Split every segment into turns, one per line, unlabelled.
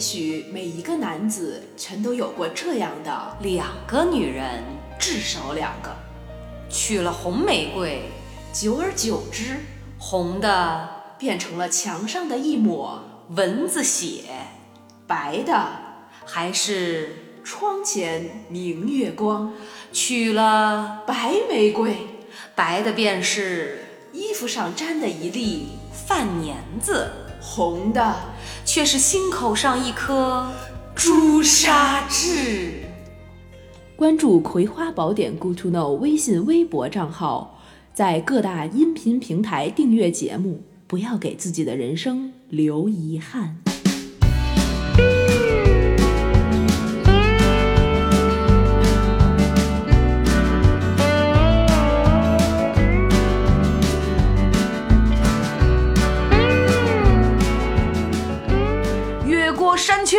许每一个男子，全都有过这样的，
两个女人
至少两个。
娶了红玫瑰，
久而久之，
红的
变成了墙上的一抹
蚊子血，
白的
还是
窗前明月光，
娶了
白玫瑰，
白的便是
衣服上沾的一粒
饭粘子，
红的
却是心口上一颗
朱砂痣。
关注《葵花宝典》Good to Know 微信、微博账号，在各大音频平台订阅节目，不要给自己的人生留遗憾。
越过山丘，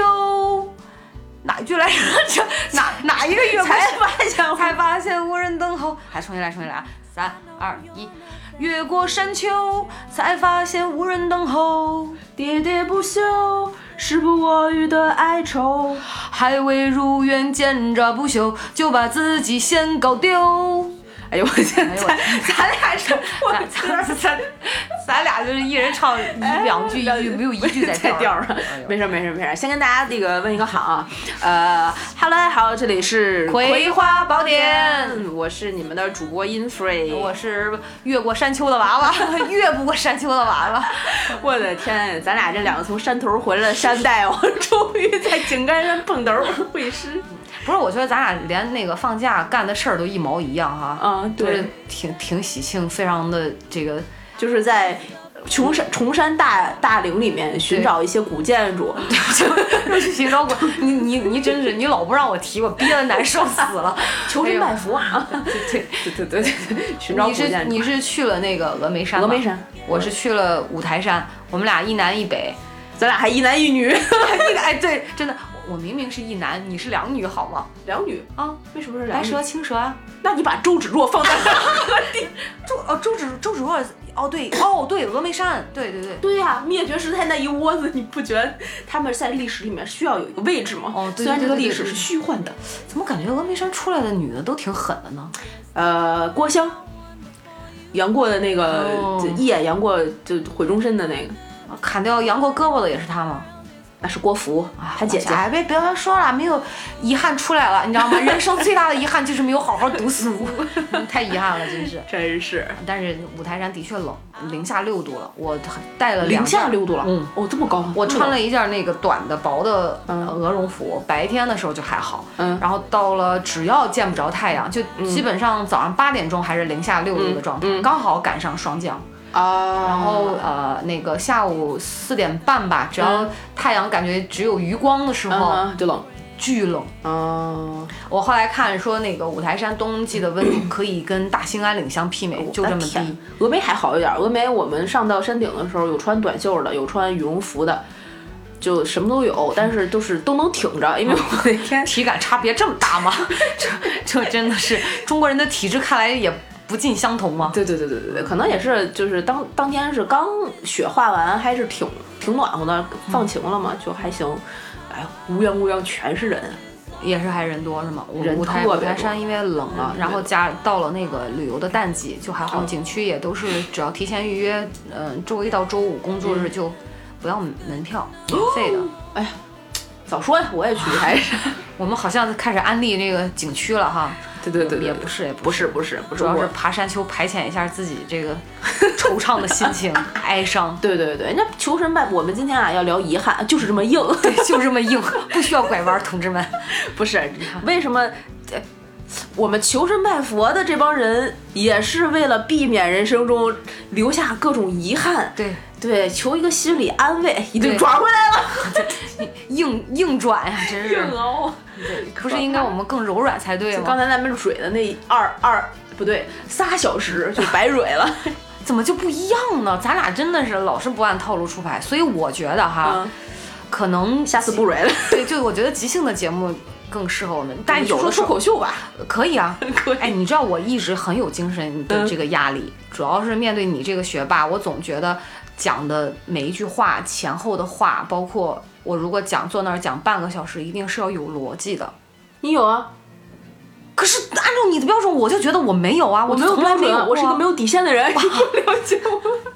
哪一句来着？这哪哪一个越过？
才发现我
才发现无人等候。还重新来，重新来啊！三二一，越过山丘，才发现无人等候，
喋喋不休，时不我予的哀愁。
还未如愿，见着不朽，就把自己先搞丢。
哎呦，我现
哎
在
呦我
咱俩 是，我
咱咱咱咱俩就是一人唱一两句一句，没有一句哎在
在调
调
儿上。没事儿没事儿没事儿，先跟大家这个问一个好啊，呃哈喽大家好，这里是
葵
花宝
典，
我是你们的主播 Infree。
我是越过山丘的娃 娃，越不过山丘的娃娃。
我的天，咱俩这两个从山头回来的山大王，终于在井冈山碰头儿会师。
不是，我觉得咱俩连那个放假干的事儿都一毛一样哈。
啊，
就是，挺挺喜庆，非常的这个
就是在。穷山崇山大大岭里面寻找一些古建筑，
寻找鬼。你你你真是，你老不让我提，我憋得难受死了。
求神
哎
拜
呦
佛啊！
对
对对对对，寻找
你
古
是
建筑。
你是去了那个峨眉山？
峨眉山，
我是去了五台山。我们俩一南一北，
咱俩还一男一女，
一哎对， 真的，我明明是一男，你是两女好吗？
两女，
啊，
为什么是两
白
女？
蛇青蛇啊，
那你把周芷若放在哪儿？
周哦周芷周芷若，哦对哦对，峨眉山，对对对。
对呀、灭绝师太那一窝子，你不觉得他们在历史里面需要有一个位置吗？
哦对
虽然这个
对对
历
对
史
对
是虚幻的。
怎么感觉峨眉山出来的女的都挺狠的呢？
呃，郭襄，杨过的那个、
哦
就一眼杨过就毁终身的那个，
啊砍掉杨过胳膊的也是她吗？
那是郭芙，她姐姐。
哎，别别别说了，没有遗憾出来了，你知道吗？人生最大的遗憾就是没有好好读书，太遗憾了，真是。
真是
但是五台山的确冷，零下六度了，我带了两
零
件
下。六度了，
嗯，
哦，这么高，
我穿
了，
了一件那个短的薄的
嗯
呃鹅绒服，白天的时候就还好，
嗯
然后到了只要见不着太阳，就基本上早上八点钟还是零下六度的状态，
嗯嗯
刚好赶上霜降。
啊，
然后呃，那个下午四点半吧，只要太阳感觉只有余光的时
嗯、
候，
就冷，
巨冷。
嗯，
我后来看说，那个五台山冬季的 温度可以跟大兴安岭相媲美，哎就这么
我的哦哎天
低。。
峨眉还好一点，峨眉我们上到山顶的时候有穿短袖的，有穿羽绒服的，就什么都有，但是都是都能挺着，因为我那天
体感差别这么大吗？ 这这真的是中国人的体质，看来也不尽相同吗？
对对对对对对，可能也是就是当当天是刚雪化完，还是挺挺暖和的，放晴了嘛，就还行。哎，乌泱乌泱全是人，
也是还人多是吗？五
人
五台
特
五
别多
台山因为冷了，
嗯
然后加到了那个旅游的淡季就还好，景区也都是只要提前预约，嗯，周一到周五工
嗯
作日就不要门票，免费的。
早说呀， 我也去五台山。
我们好像开始安利这个景区了哈，
对对对对，
也不是也不
不是不是不是
主要
我
是爬山丘排遣一下自己这个 惆怅的心 情、哀伤，
对对对，那求神拜，我们今天啊要聊遗憾， 就是这么硬。
就这 么硬，不需要拐弯，同志们。
不是为什么？呃我们求神拜佛的这帮人，也是为了避免人生中留下各种遗憾，
对，
对，求一个心理安慰，已经
对
转回来了，哦
硬硬转呀，真是，
熬。
不是应该我们更柔软才对
啊就刚
吗？
才咱们蕊的那二二不对，仨小时就白蕊了。
怎么就不一样呢？咱俩真的是老是不按套路出牌，所以我觉得哈，
嗯，
可能
下次不蕊了。
对，就我觉得即兴的节目更适合我们，但有
说
的时
脱
候
口秀吧，
可以啊，
可嗯
哎，你知道我一直很有精神的这个压力，主要是面对你这个学霸，我总觉得讲的每一句话前后的话，包括我如果讲坐那儿讲半个小时，一定是要有逻辑的。
你有啊？
可是按照你的标准，我就觉得我没有啊，
我
没
没有
从
标
来没
准
有
啊，
过啊，
我是一个没有底线的人。你不了解我。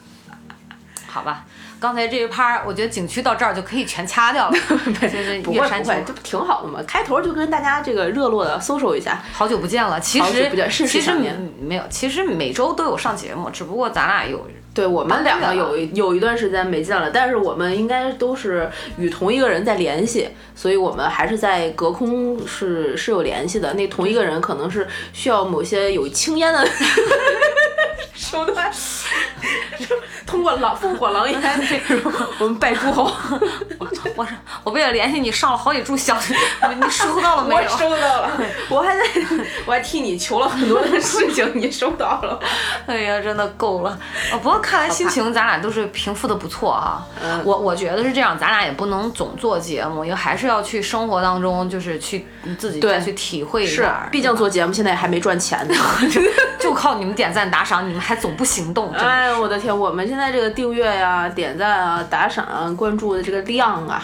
好吧。刚才这一趴儿，我觉得景区到这儿就可以全掐掉了， 就是
不
月
会
山
不
丘
会，这不挺好的吗？开头就跟大家这个热络的搜索一下，
好久不见了，其
好久
实
不见是
其
是
实
想念
没有，其实每周都有上节目，只不过咱俩有
对我们两
搬
个
运了
有一有一段时间没见了，但是我们应该都是与同一个人在联系，所以我们还是在隔空是是有联系的。那同一个人可能是需要某些有青烟的 手段，通过狼烽火狼烟这种， 我们拜 诸侯，
我是我为了联系你上了好几炷香，你收到了 没
我
有？
收到了，我还在我还替你求了很多的事情，你收到了吗。
哎呀，真的够了。哦，不过看来心情咱俩都是平复的不错啊。
嗯
我我觉得是这样，咱俩也不能总做节目，因为还是要去生活当中，就是去你自己再
对
去体会一
是啊
下儿。，
毕竟做节目现在还没赚 钱呢。
就靠你们点赞打赏，你们还总不行动，真的
哎呦我的天！我们现在这个订阅呀、点赞啊、打赏啊、关注的这个量啊，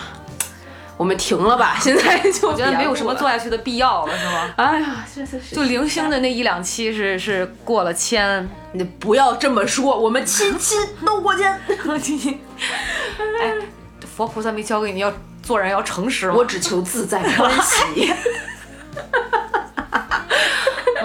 我们停了吧，现在就我
我觉得没有什么做。下去的必要了，是 吗？
哎呀，这这
就零星的那一两期是是过了千，
你不要这么说，我们亲亲都过 肩。
哎，佛菩萨没教给你要做人要诚实吗？
我只求自在欢 喜。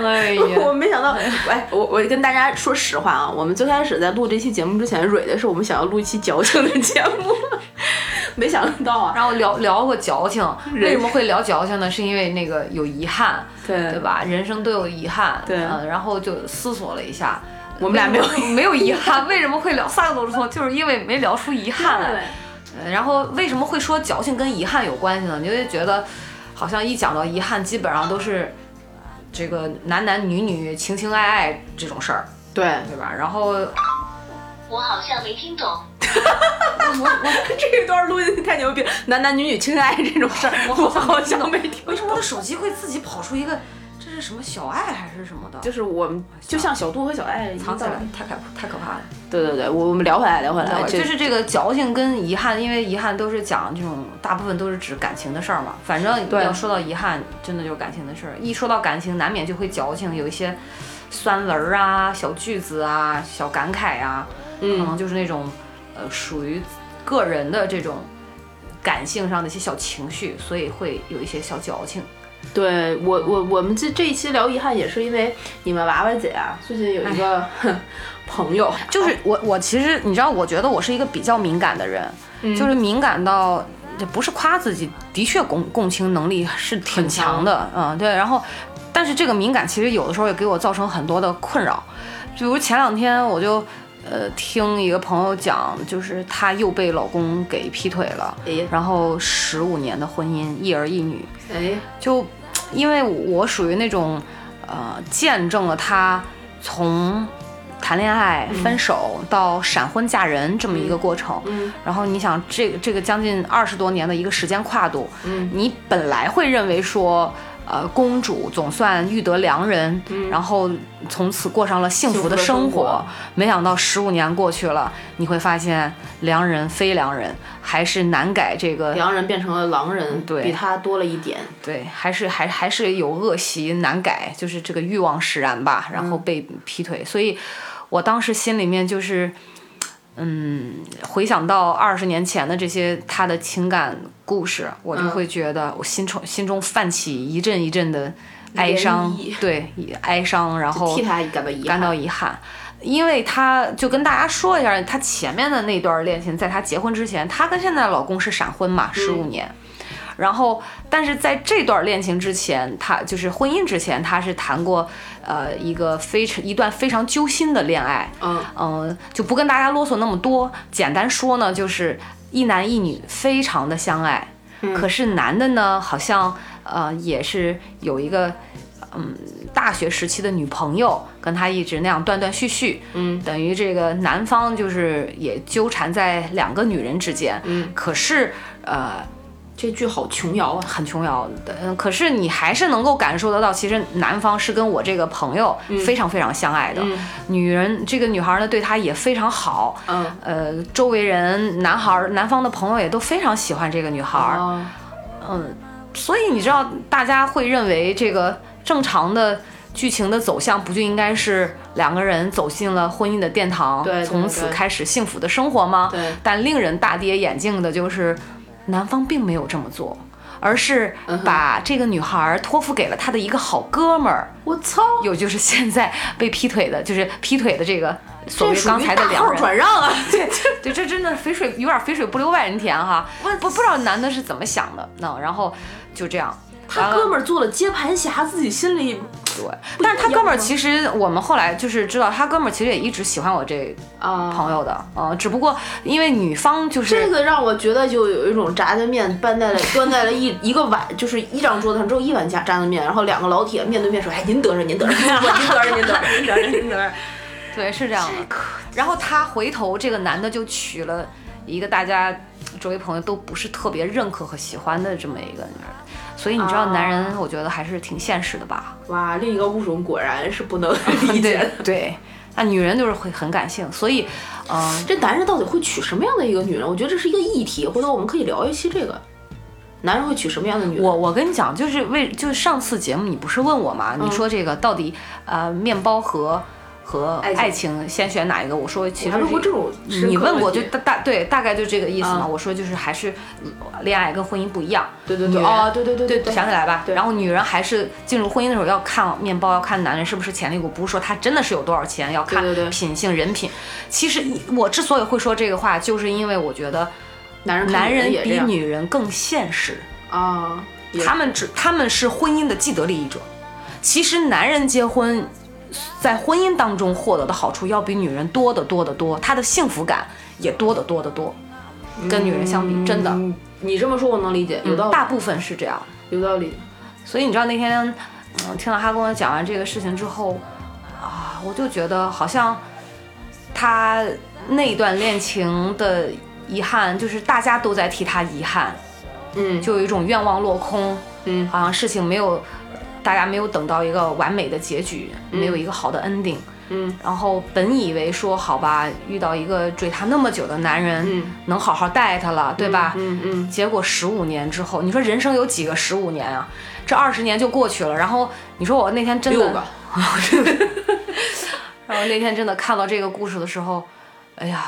哎呀，
我没想到，哎，我我跟大家说实话啊，我们最开始在录这期节目之前，蕊的是我们想要录一期矫情的节目， 没想到啊，
然后聊聊过矫情，
人
为什么会聊矫情呢？是因为那个有遗憾，
对
对吧？人生都有遗憾，
对
嗯，然后就思索了一下，
我们俩没有
为什么没有 遗憾，为什么会聊萨克多说，就是因为没聊出遗憾来。呃然后为什么会说矫情跟遗憾有关系呢？你就会觉得，好像一讲到遗憾，基本上都是这个男男女女、情情爱爱这种事儿，
对，
对吧？然后
我好像没听懂。
这一段录音太牛逼，了，男男女女情爱这种事 儿，我好像没听
为什么我的手机会自己跑出一个这是什么小爱还是什么的？
就是我们就像小度和小爱一
藏起
道
来
理，
太可太可怕了。
对对对，我我们聊回来聊回来，这
就是这个矫情跟遗憾，因为遗憾都是讲这种，大部分都是指感情的事儿嘛。反正
对
要说到遗憾，真的就是感情的事儿。一说到感情，难免就会矫情，有一些酸文儿啊、小句子啊、小感慨啊，可
嗯
能就是那种呃属于个人的这种感性上的一些小情绪，所以会有一些小矫情。
对我我我们这这一期聊遗憾，也是因为你们娃娃姐啊，最近有一个 朋友，啊
就是我我其实你知道，我觉得我是一个比较敏感的人，
嗯
就是敏感到。这不是夸自己，的确共共情能力是挺强的，嗯，对。然后，但是这个敏感其实有的时候也给我造成很多的困扰，比如前两天我就，呃，听一个朋友讲，就是她又被老公给劈腿了，
哎呀
然后十五年的婚姻，一儿一女，
哎，
就因为我属于那种，呃，见证了他从谈恋爱、分手到闪婚嫁人这么一个过程。
嗯
然后你想，这这个将近二十多年的一个时间跨度，
嗯
你本来会认为说。呃，公主总算遇得良人，然后从此过上了幸
嗯幸
福
福
的
的
生
生活
活。没想到十五年过去了，你会发现良人非良人，还是难改这个
良人变成了狼人，
对
比他多了一点，
对，还是还还是有恶习难改，就是这个欲望使然吧，然后
嗯
被劈腿，所以我当时心里面就是，嗯，回想到二十年前的这些他的情感故事，我就
嗯
会觉得我心中心中泛起一阵一阵的哀伤
涟漪，
对，一哀伤，然后
替他感到遗
感
憾。
到遗憾。因为他就跟大家说一下，他前面的那段恋情，在他结婚之前，她跟现在的老公是闪
嗯
婚嘛，十五年。然后，但是在这段恋情之前，她就是婚姻之前，她是谈过呃一个非常一段非常揪心的恋爱。
嗯
嗯，就不跟大家啰嗦那么多，简单说呢，就是一男一女非常的相爱，
嗯
可是男的呢，好像呃也是有一个。嗯，大学时期的女朋友跟他一直那样断断续续，
嗯，
等于这个男方就是也纠缠在两个女人之间，嗯，可是呃，
这剧好琼瑶啊！
很琼瑶，嗯，可是你还是能够感受得到，其实男方是跟我这个朋友非常非常相爱的，女人这个女孩呢对他也非常好，
嗯，
呃，周围人男孩儿男方的朋友也都非常喜欢这个女孩儿，
啊，
嗯，所以你知道大家会认为这个正常的。剧情的走向不就应该是两个人走进了婚姻的殿堂，
对对
从此
对
开始幸福的生活吗？
对，
但令人大跌眼镜的就是，男方并没有这么做，而是
嗯
把这个女孩托付给了他的一个好哥们儿，
我操，
有就是现在被劈腿的，就是劈腿的这个所
这
谓
属
刚
于
才的
大
两
号
人。
转让 啊！
对，对，这真的肥水有点肥水不流外人田哈，不不不知道男的是怎么想的，那然后就这样，呃
他哥们儿做了接盘侠，自己心里
对，但是他哥
一样
们
吗
儿其实我们后来就是知道，他哥们儿其实也一直喜欢我这
啊
朋友的，呃，只不过因为女方就是
这个让我觉得就有一种炸酱面拌在了端在了一一个碗，就是一张桌子上只有一碗炸炸酱面，然后两个老铁面对面说：“哎，您得着，您得着， 我您得着，您得着，您得着，您得着。
对，是这样的。然后他回头，这个男的就娶了一个大家周围朋友都不是特别认可和喜欢的这么一个女人。所以你知道，
啊
男人我觉得还是挺现实的吧？”
哇，另一个物种果然是不能 理解
啊对
的。
对，那女人就是会很感性，所以，嗯、
这男人到底会娶什么样的一个女人？我觉得这是一个议题，回头我们可以聊一期这个，男人会娶什么样的女人？
我我跟你讲，就是为就是上次节目你不是问我嘛？
嗯
你说这个到底呃，面包和和
爱情
爱情先选哪一个？我说其
我
实
还问
是
过这种深刻
你问我
问
就
题
大大对大概就这个意思嘛。
啊
我说就是还是嗯恋爱跟婚姻不一样。
对对对
女人
哦对对对对对
想起来吧。
对
然后女人还是进入婚姻的时候要看面包，要看男人是不是潜力股，不是说他真的是有多少钱，要看
对对对
品性人品。其实我之所以会说这个话，就是因为我觉得
男人
男人
也这
比
样
女人更现实。
啊，也
他们只他们是婚姻的既得利益者。其实男人结婚，在婚姻当中获得的好处要比女人多得多得多，他的幸福感也多得多得多。跟女人相比，真的，
嗯你这么说我能理解，有道理，
嗯大部分是这样。
有道理。
所以你知道那天，嗯，听到他跟我讲完这个事情之后，啊，我就觉得好像他那段恋情的遗憾，就是大家都在替他遗憾，
嗯，
就有一种愿望落空，
嗯
好像事情没有，呃大家没有等到一个完美的结局，没有一个好的 ending，
嗯，
然后本以为说好吧，遇到一个追她那么久的男人，
嗯
能好好带她了，对吧？
嗯嗯，
结果十五年之后，你说人生有几个十五年啊？这二十年就过去了，然后你说我那天真的，
六个。
然后那天真的看到这个故事的时候，哎呀，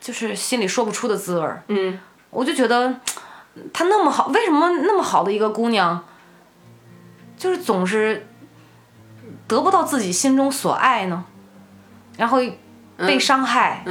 就是心里说不出的滋味儿。
嗯，
我就觉得她那么好，为什么那么好的一个姑娘，就是总是得不到自己心中所爱呢？然后被伤害，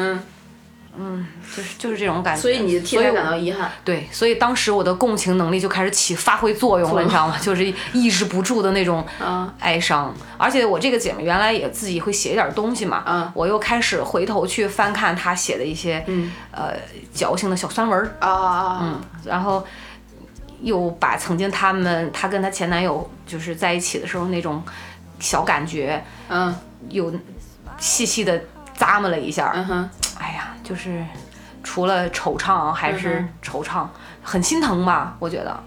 嗯，
就是就是这种感觉。
所以你替
所以
他
我
感到遗憾。
对，所以当时我的共情能力就开始起发挥作用了，你知道吗？就是抑制不住的那种
啊
哀伤。而且我这个姐妹原来也自己会写一点东西嘛，
啊
我又开始回头去翻看她写的一些、
嗯
呃矫情的小酸文儿，
啊啊！嗯
然后又把曾经他们她跟她前男友就是在一起的时候那种小感觉
嗯
又细细的咂摸了一下儿，
嗯哼，
哎呀，就是除了惆怅还是
嗯
惆怅，很心疼吧？我觉得，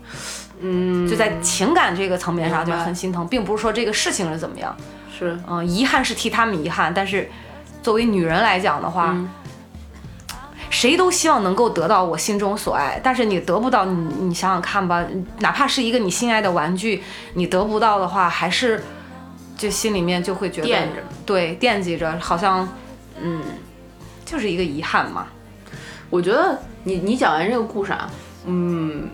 嗯，
就在情感这个层面上
明
就
白
很心疼，并不是说这个事情是怎么样，
是
嗯，遗憾是替他们遗憾，但是作为女人来讲的话。
嗯
谁都希望能够得到我心中所爱，但是你得不到，你你想想看吧，哪怕是一个你心爱的玩具，你得不到的话，还是就心里面就会觉得
惦着，
对，惦记着，好像，嗯，就是一个遗憾嘛。
我觉得你你讲完这个故事啊，嗯，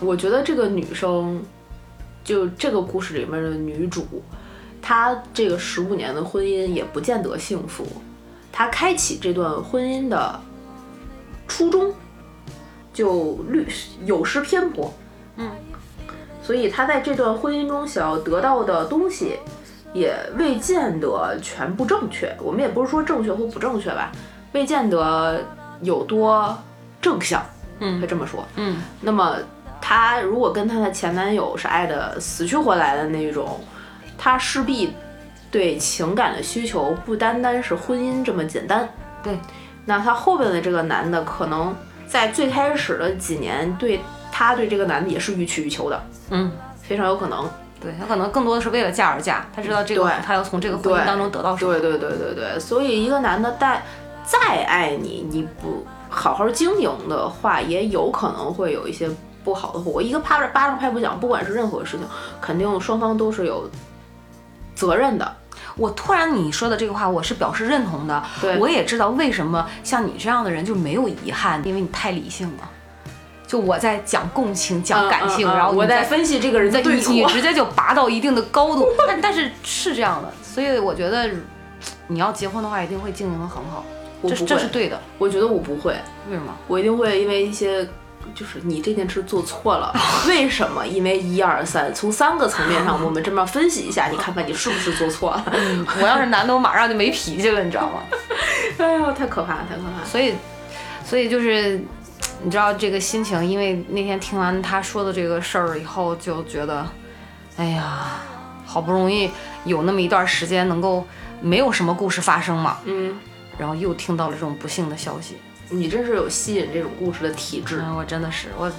我觉得这个女生，就这个故事里面的女主，她这个十五年的婚姻也不见得幸福。她开启这段婚姻的初衷就律有失偏颇，嗯，所以她在这段婚姻中想要得到的东西。也未见得全部正确，我们也不是说正确或不正确吧，未见得有多正向，
嗯
可以这么说。
嗯
那么她如果跟她的前男友是爱的死去活来的那一种，她势必对情感的需求不单单是婚姻这么简单。
对，
那她后边的这个男的可能在最开始的几年对。她对这个男的也是予取予求的，
嗯，
非常有可能。
对他可能更多的是为了嫁而嫁，他知道这个
对
他要从这个婚姻
对
当中得到什么。
对对对对对，所以一个男的再再爱你，你不好好经营的话，也有可能会有一些不好的后果。一个巴掌巴掌拍不响，不管是任何事情，肯定双方都是有责任的。
我突然你说的这个话，我是表示认同的。
对
我也知道为什么像你这样的人就没有遗憾，因为你太理性了。就我在讲共情，讲感性，
嗯嗯嗯
然后
我
你
在
在
分析这个人的
对
对
你
错。
直接就拔到一定的高度。但但是是这样的，所以我觉得你要结婚的话，一定会经营的很好，
我
这
不
是这
会
是，对的。
我觉得我不会，
为什么？
我一定会因为一些。就是你这件事做错 了，为什么？因为一二三，从三个层面上，我们这么分析一下，你看看你是不是做错 了？
我要是男的，我马上就没脾气了，你知道吗？
哎呦，太可怕了，太可怕了！
所以，所以就是你知道这个心情，因为那天听完他说的这个事儿以后，就觉得，哎呀，好不容易有那么一段时间能够没有什么故事发生嘛，
嗯，
然后又听到了这种不幸的消息，
你真是有吸引这种故事的体质。
嗯，我真的是我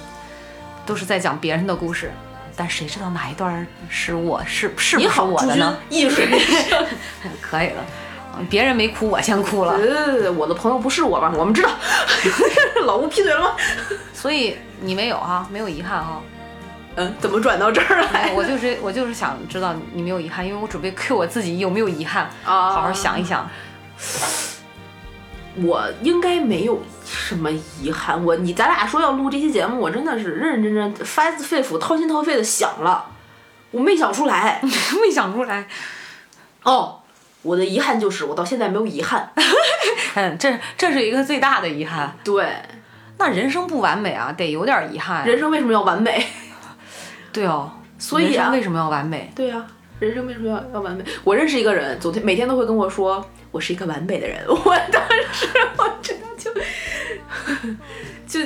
都是在讲别人的故事。但谁知道哪一段是我是是不
你
是
好，
我
朱
的
军
呢？，
艺术人生。
可以了，嗯别人没哭，我先哭了。
呃，我的朋友不是我吧？我们知道， 老吴劈腿了吗？
所以你没有哈、没有遗憾啊哈、
嗯，怎么转到这儿来？
我就是我就是想知道你没有遗憾，因为我准备 Q 我自己有没有遗憾，
啊
好好想一想。
我应该没有什么遗憾。我你咱俩说要录这期节目，我真的是认认真真、发自肺腑、掏心掏肺的想了，我没想出 来。
没想出来，
哦，我的遗憾就是我到现在没有遗憾。
嗯，这这是一个最大的遗憾。
对，
那人生不完美啊，得有点遗憾。
人生为什么要完美？
对哦，
所以
人
啊
生为什么要完美？
对呀、人生为什么要要完美？我认识一个人，昨天每天都会跟我说我是一个完美的人。 我当时我真的就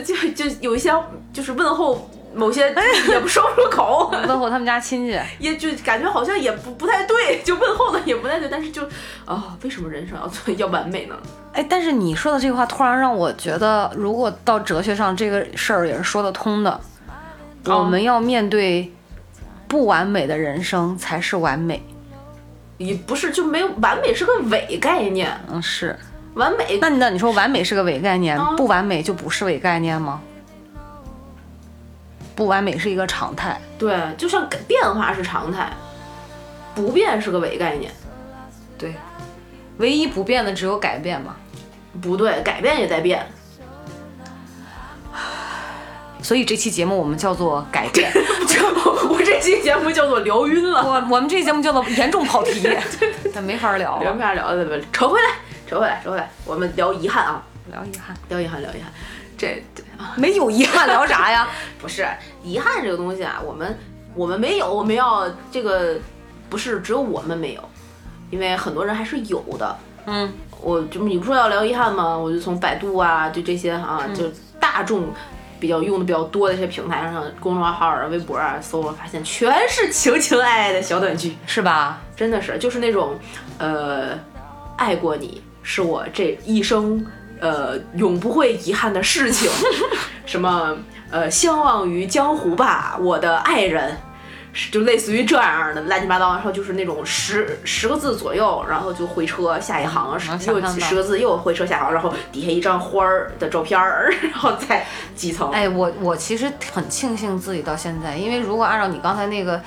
就 就就有一些就是问候某些也不说不出口，
问候他们家亲戚，
也就感觉好像也不不太对，就问候的也不太对，但是就啊、为什么人生要做要完美呢？
哎，但是你说的这个话，突然让我觉得，如果到哲学上，这个事儿也是说得通的。
哦
我们要面对不完美的人生才是完美。
也不是就没有完美是个伪概念，
嗯，是。
完美
那那你说完美是个伪概念，
嗯
不完美就不是伪概念吗？不完美是一个常态。
对，就像改变化是常态，不变是个伪概念。
对，唯一不变的只有改变嘛。
不对，改变也在变。
所以这期节目我们叫做改 变，
我我这期节目叫做聊晕了，
我我们这期节目叫做严重 跑题，但没法聊
聊
了，
面聊的扯回来，扯回来，扯回来，我们聊遗憾啊，
聊遗憾，
聊遗憾，聊遗憾。这这
没有遗憾聊啥呀？
不是遗憾这个东西啊，我们我们没有，我们要这个不是只有我们没有，因为很多人还是有的。
嗯，
我就你不说要聊遗憾吗？我就从百度啊，就这些啊，就大众比较用的比较多的一些平台上，公众号啊、微博啊搜，发现全是情情爱爱的小短剧。
是吧？
真的是就是那种，呃，爱过你是我这一生呃永不会遗憾的事情，什么呃相忘于江湖吧，我的爱人。是就类似于这样的乱七八糟，然后就是那种十十个字左右，然后就回车下一行，
能想
又
象到
十个字又回车下一行，然后底下一张花儿的照片儿， 然后再几层。
哎，我我其实很庆幸自己到现在，因为如果按照你刚才那个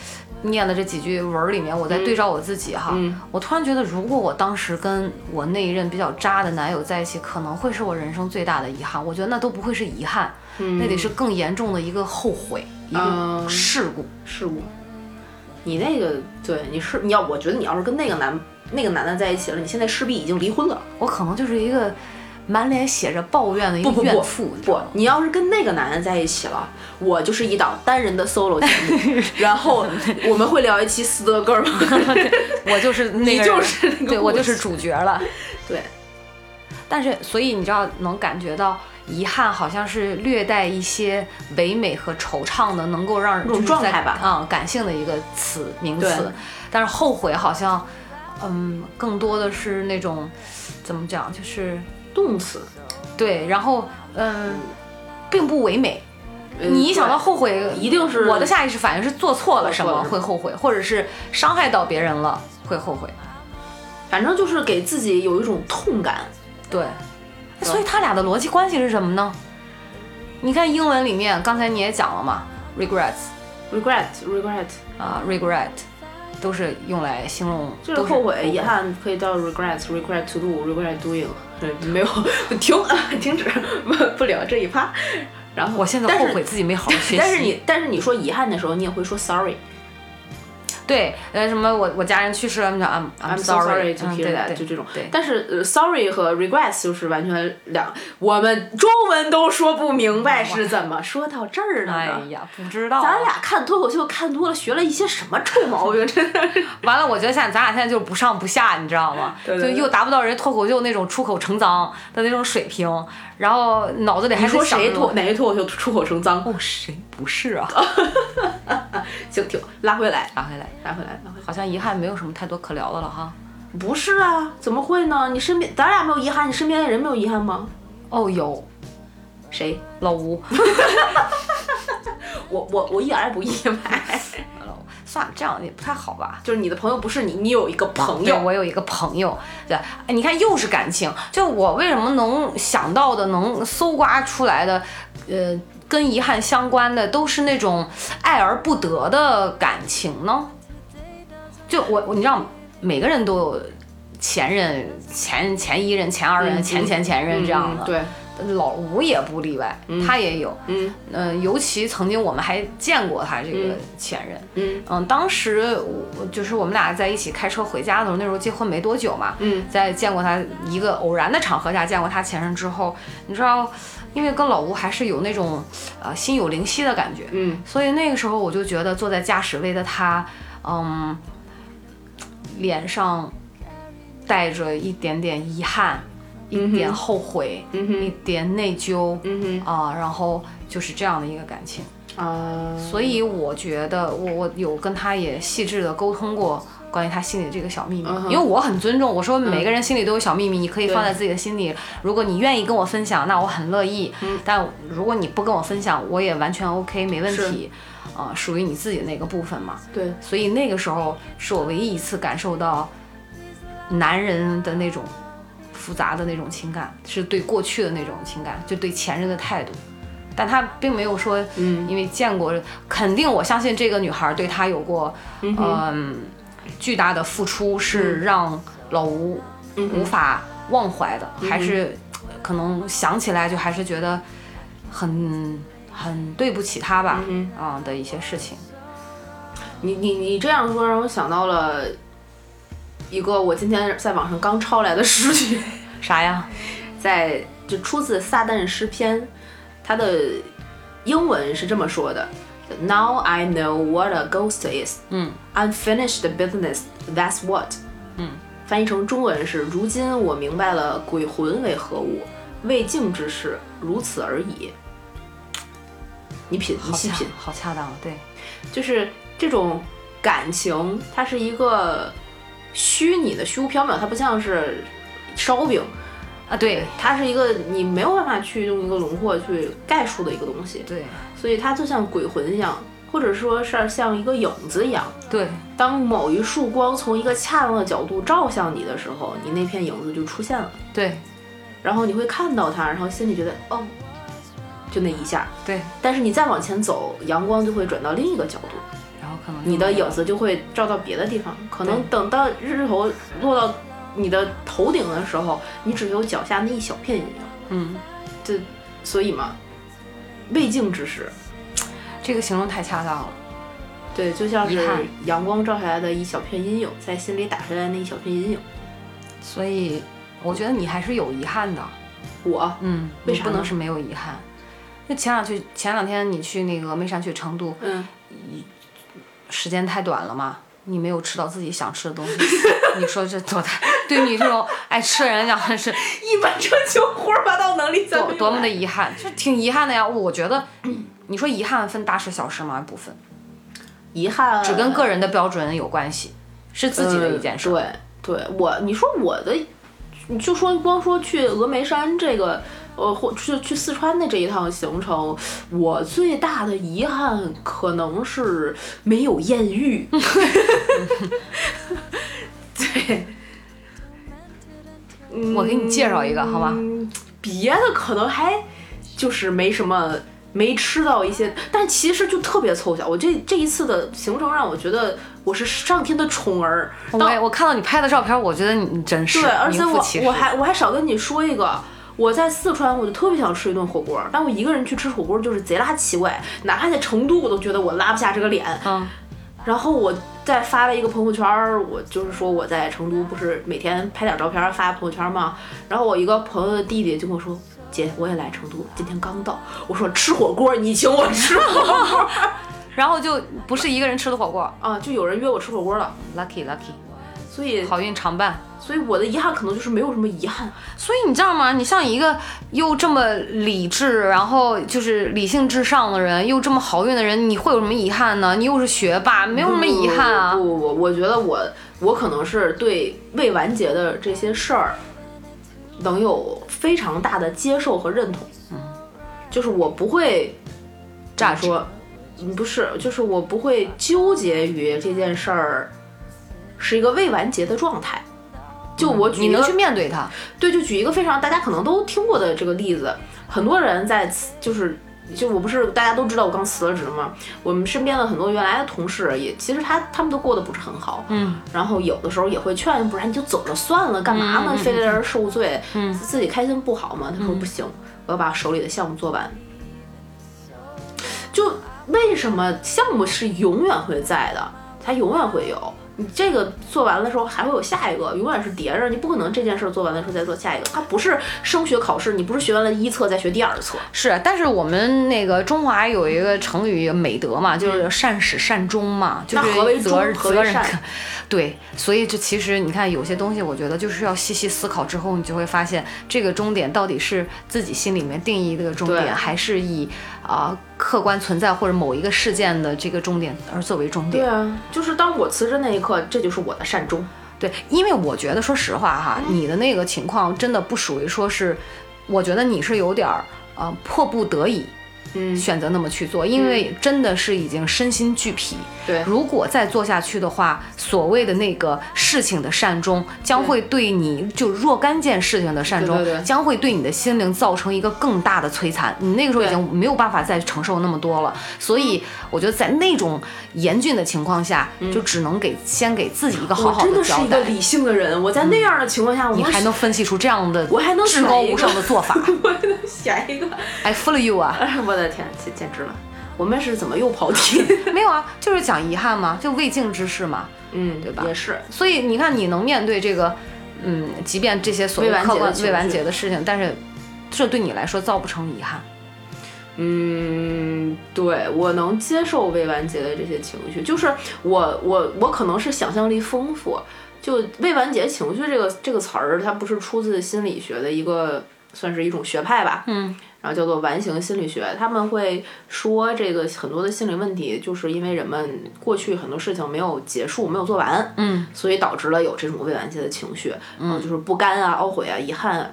念的这几句文儿里面，我再对照我自己哈，
嗯
我突然觉得，如果我当时跟我那一任比较渣的男友在一起，可能会是我人生最大的遗憾。我觉得那都不会是遗憾，那得是更严重的一个后悔，一个
嗯
事故。
是我。你那个，对，你是你要，我觉得你要是跟那个男那个男的在一起了，你现在势必已经离婚了。
我可能就是一个满脸写着抱怨的一
不不
个
不
怨妇，你知道
不
吗，
你要是跟那个男的在一起了，我就是一档单人的 solo 节 目，然后我们会聊一期斯德哥尔摩。
我就是那个人，
就是那个
对我
故
就
事
是主角了。
对，
但是，所以你知道，能感觉到遗憾好像是略带一些唯美和惆怅的，能够让人
那种
就是
状
在
态吧
啊、感性的一个词名词
对。
但是后悔好像，嗯，更多的是那种怎么讲，就是
动词，
呃对，然后嗯，并不唯美，
呃
你一想到后悔，
一定是
我的下意识反应是做错了什
做错
么
了
会后悔，或者是伤害到别人了会后悔。
反正就是给自己有一种痛感。
对，所以他俩的逻辑关系是什么呢？你看英文里面，刚才你也讲了嘛，regrets
regret regret
啊、regret，都是用来形容
就是
都
后悔、遗憾，可以叫 regret regret to do regret doing。对，没有停 啊，停止，不不聊这一趴。然后
我现在
但
后
是
悔自己没好好学习。
但是你但是你说遗憾的时候，你也会说 sorry。
对，呃，什么我我家人去世了，你讲 I'm
I'm so sorry
sorry，嗯
to hear
对
that，
对
就这种
对。
但是呃，sorry 和 regrets 就是完全两，我们中文都说不明白是怎么说到这儿的
哎
呢。
呀，不知道，
咱俩看脱口秀看多了，学了一些什么臭毛病？真的是。
完了，我觉得现在咱俩现在就是不上不下，你知道吗？
对对对
就又达不到人家脱口秀那种出口成脏的那种水平，然后脑子里还
你
得
说
想
谁
着
脱哪个脱口秀出口成脏？
哦，谁不 是啊？
行，停，拉回来，
拿回来，
拉回来，拉回来。
好像遗憾没有什么太多可聊的了哈。
不是啊，怎么会呢？你身边咱俩没有遗憾，你身边的人没有遗憾吗？
哦，有
谁？
老吴，
我我我一点儿也不意外，
老吴算了，这样也不太好吧？
就是你的朋友不是你，你有一个朋
对，
友，
我有一个朋友，对，哎你看又是感情，就我为什么能想到的、能搜刮出来的，呃，跟遗憾相关的，都是那种爱而不得的感情呢？就我，我你知道，每个人都有前任、前前一任、前二任、
嗯
前前前任这样的，
嗯对，
老吴也不例外，他也有，
嗯
嗯、尤其曾经我们还见过他这个前任，
嗯
嗯，当时我就是我们俩在一起开车回家的时候，那时候结婚没多久嘛，
嗯，
在见过他一个偶然的场合下见过他前任之后，你知道，因为跟老吴还是有那种呃心有灵犀的感觉，
嗯
所以那个时候我就觉得坐在驾驶位的他，嗯，脸上带着一点点遗憾，一点后悔，
嗯哼
一点内疚，
嗯
啊，然后就是这样的一个感情。
哼啊，
所以我觉得我我有跟他也细致的沟通过关于他心里这个小秘密
嗯，哼嗯
因为我很尊重，我说每个人心里都有小秘密，你可以放在自己的心里。如果你愿意跟我分享，那我很乐意；
嗯
但如果你不跟我分享，我也完全 OK，没问题。啊、属于你自己的那个部分嘛。
对，
所以那个时候是我唯一一次感受到男人的那种复杂的那种情感，是对过去的那种情感，就对前任的态度。但他并没有说，
嗯
因为见过，肯定我相信这个女孩对他有过，嗯、巨大的付出，
嗯
是让老吴无法忘
嗯
怀的，还是呃可能想起来就还是觉得很很对不起他吧，
嗯
啊的一些事情。
你你你这样说让我想到了一个我今天在网上刚抄来的诗句，
啥呀？
在就出自《撒旦诗篇》，它的英文是这么说的：Now I know what a ghost is，
嗯
，unfinished business, that's what。
嗯，
翻译成中文是：如今我明白了鬼魂为何物，未竟之事，如此而已。你品，你
好
细
恰
品，
好恰当，对，
就是这种感情，它是一个虚拟的、虚无缥缈，它不像是烧饼，
啊，对
它是一个你没有办法去用一个轮廓去概述的一个东西，
对
所以它就像鬼魂一样，或者说是像一个影子一样。
对，
当某一束光从一个恰当的角度照向你的时候，你那片影子就出现了，
对
然后你会看到它，然后心里觉得哦，就那一下。
对，
但是你再往前走，阳光就会转到另一个角度，
然后可能就
你的
没有
影子就会照到别的地方。可能
嗯对
等到日头落到你的头顶的时候，你只有脚下那一小片阴影。
嗯，
这所以嘛，未竟之时，
这个形容太恰当了，
对，就像
遗
是
憾
阳光照下来的一小片阴影，在心里打下来那一小片阴影。
所以我觉得你还是有遗憾的，
我
嗯，
为
你
啥
不能
呢
是没有遗憾。那前两去前两天你去那个峨眉山去成都，
嗯，
时间太短了嘛，你没有吃到自己想吃的东西， 你说这多大？对你这种爱吃的人讲 的是
一本正经胡说八道能力
多多么的遗憾，这挺遗憾的呀。我觉得
嗯
你说遗憾分大事小事吗？不分，
遗憾，啊
只跟个人的标准有关系，是自己的
嗯
一件事。
呃对，对我你说我的，你就说光说去峨眉山这个呃，或去去四川的这一趟行程，我最大的遗憾可能是没有艳 遇。对，
我给你介绍一个好吗？
嗯别的可能还就是没什么。没吃到一些，但其实就特别凑巧。我这这一次的行程让我觉得我是上天的宠儿，
我也我看到你拍的照片，我觉得你你真是
哦对，而且
名副
我
其实
我还我还少跟你说一个，我在四川，我就特别想吃一顿火锅，但我一个人去吃火锅就是贼拉奇怪，哪怕在成都，我都觉得我拉不下这个脸。
嗯
然后我再发了一个朋友圈儿，我就是说我在成都，不是每天拍点照片儿发朋友圈儿吗？然后我一个朋友的弟弟就跟我说。姐，我也来成都，今天刚到。我说吃火锅，你请我吃火锅
然后就不是一个人吃的火锅
啊！就有人约我吃火锅了，
，lucky lucky，
所以
好运常伴。
所以我的遗憾可能就是没有什么遗憾，
所以你知道吗？你像一个又这么理智，然后就是理性至上的人，又这么好运的人，你会有什么遗憾呢？你又是学霸，没有什么遗憾啊。
不不不，我觉得我我可能是对未完结的这些事儿，能有非常大的接受和认同。
嗯
就是我不会
咋
怎么说，嗯，不是，就是我不会纠结于这件事儿是一个未完结的状态。就我举
嗯你
一个
能去面对它，
对，就举一个非常大家可能都听过的这个例子，很多人在辞就是。就我不是大家都知道我刚辞了职嘛，我们身边的很多原来的同事也，其实他他们都过得不是很好，
嗯，
然后有的时候也会劝，不然你就走了算了，干嘛呢？
嗯嗯嗯
非得让人受罪，
嗯
自己开心不好吗？他说
嗯
不行，我要把手里的项目做完。就为什么项目是永远会在的，它永远会有。你这个做完了之后还会有下一个，永远是叠着，你不可能这件事儿做完了之后再做下一个。它不是升学考试，你不是学完了一册再学第二册，
是，但是我们那个中华有一个成语美德嘛，就是善始善终嘛，就
嗯那
是
何为
责
忠
任
何
责
为
任
善
感。对，所以这其实你看有些东西，我觉得就是要细细思考之后，你就会发现这个终点到底是自己心里面定义的一个终
对
点，还是以啊、客观存在或者某一个事件的这个终点而作为终点。
啊，就是当我辞职那一刻，这就是我的善终。
对，因为我觉得说实话哈，你的那个情况真的不属于说是，我觉得你是有点儿啊、呃迫不得已。
嗯，
选择那么去做，因为真的是已经身心俱疲。
对，
如果再做下去的话，所谓的那个事情的善终，将会对你就若干件事情的善终
对对对，
将会对你的心灵造成一个更大的摧残。你那个时候已
对嗯
经没有办法再承受那么多了，所以我觉得在那种严峻的情况下，就只能给先给自己一个好
我
好
真的是
交
一个
代。
理性的人，我在那样的情况下，我
你
能
还能分析出这样的
我还能
至高
选一
无
个
上的 做法
我还能选一个，
，I follow you 啊。
哎，我的天，简简直了！我们是怎么又跑题？
没有啊，就是讲遗憾嘛，就未竟之事嘛。
嗯，
对吧
也是，
所以你看，你能面对这个，嗯，即便这些所谓
未完结
客
的
观
情绪
未完结的事情，但是这对你来说造不成遗憾。
嗯，对我能接受未完结的这些情绪，就是我我我可能是想象力丰富，就未完结情绪这个这个词儿，它不是出自心理学的一个算是一种学派吧，
嗯，
然后叫做完形心理学，他们会说这个很多的心理问题，就是因为人们过去很多事情没有结束，没有做完，
嗯，
所以导致了有这种未完结的情绪，嗯、就是不甘啊、懊悔啊、遗憾啊。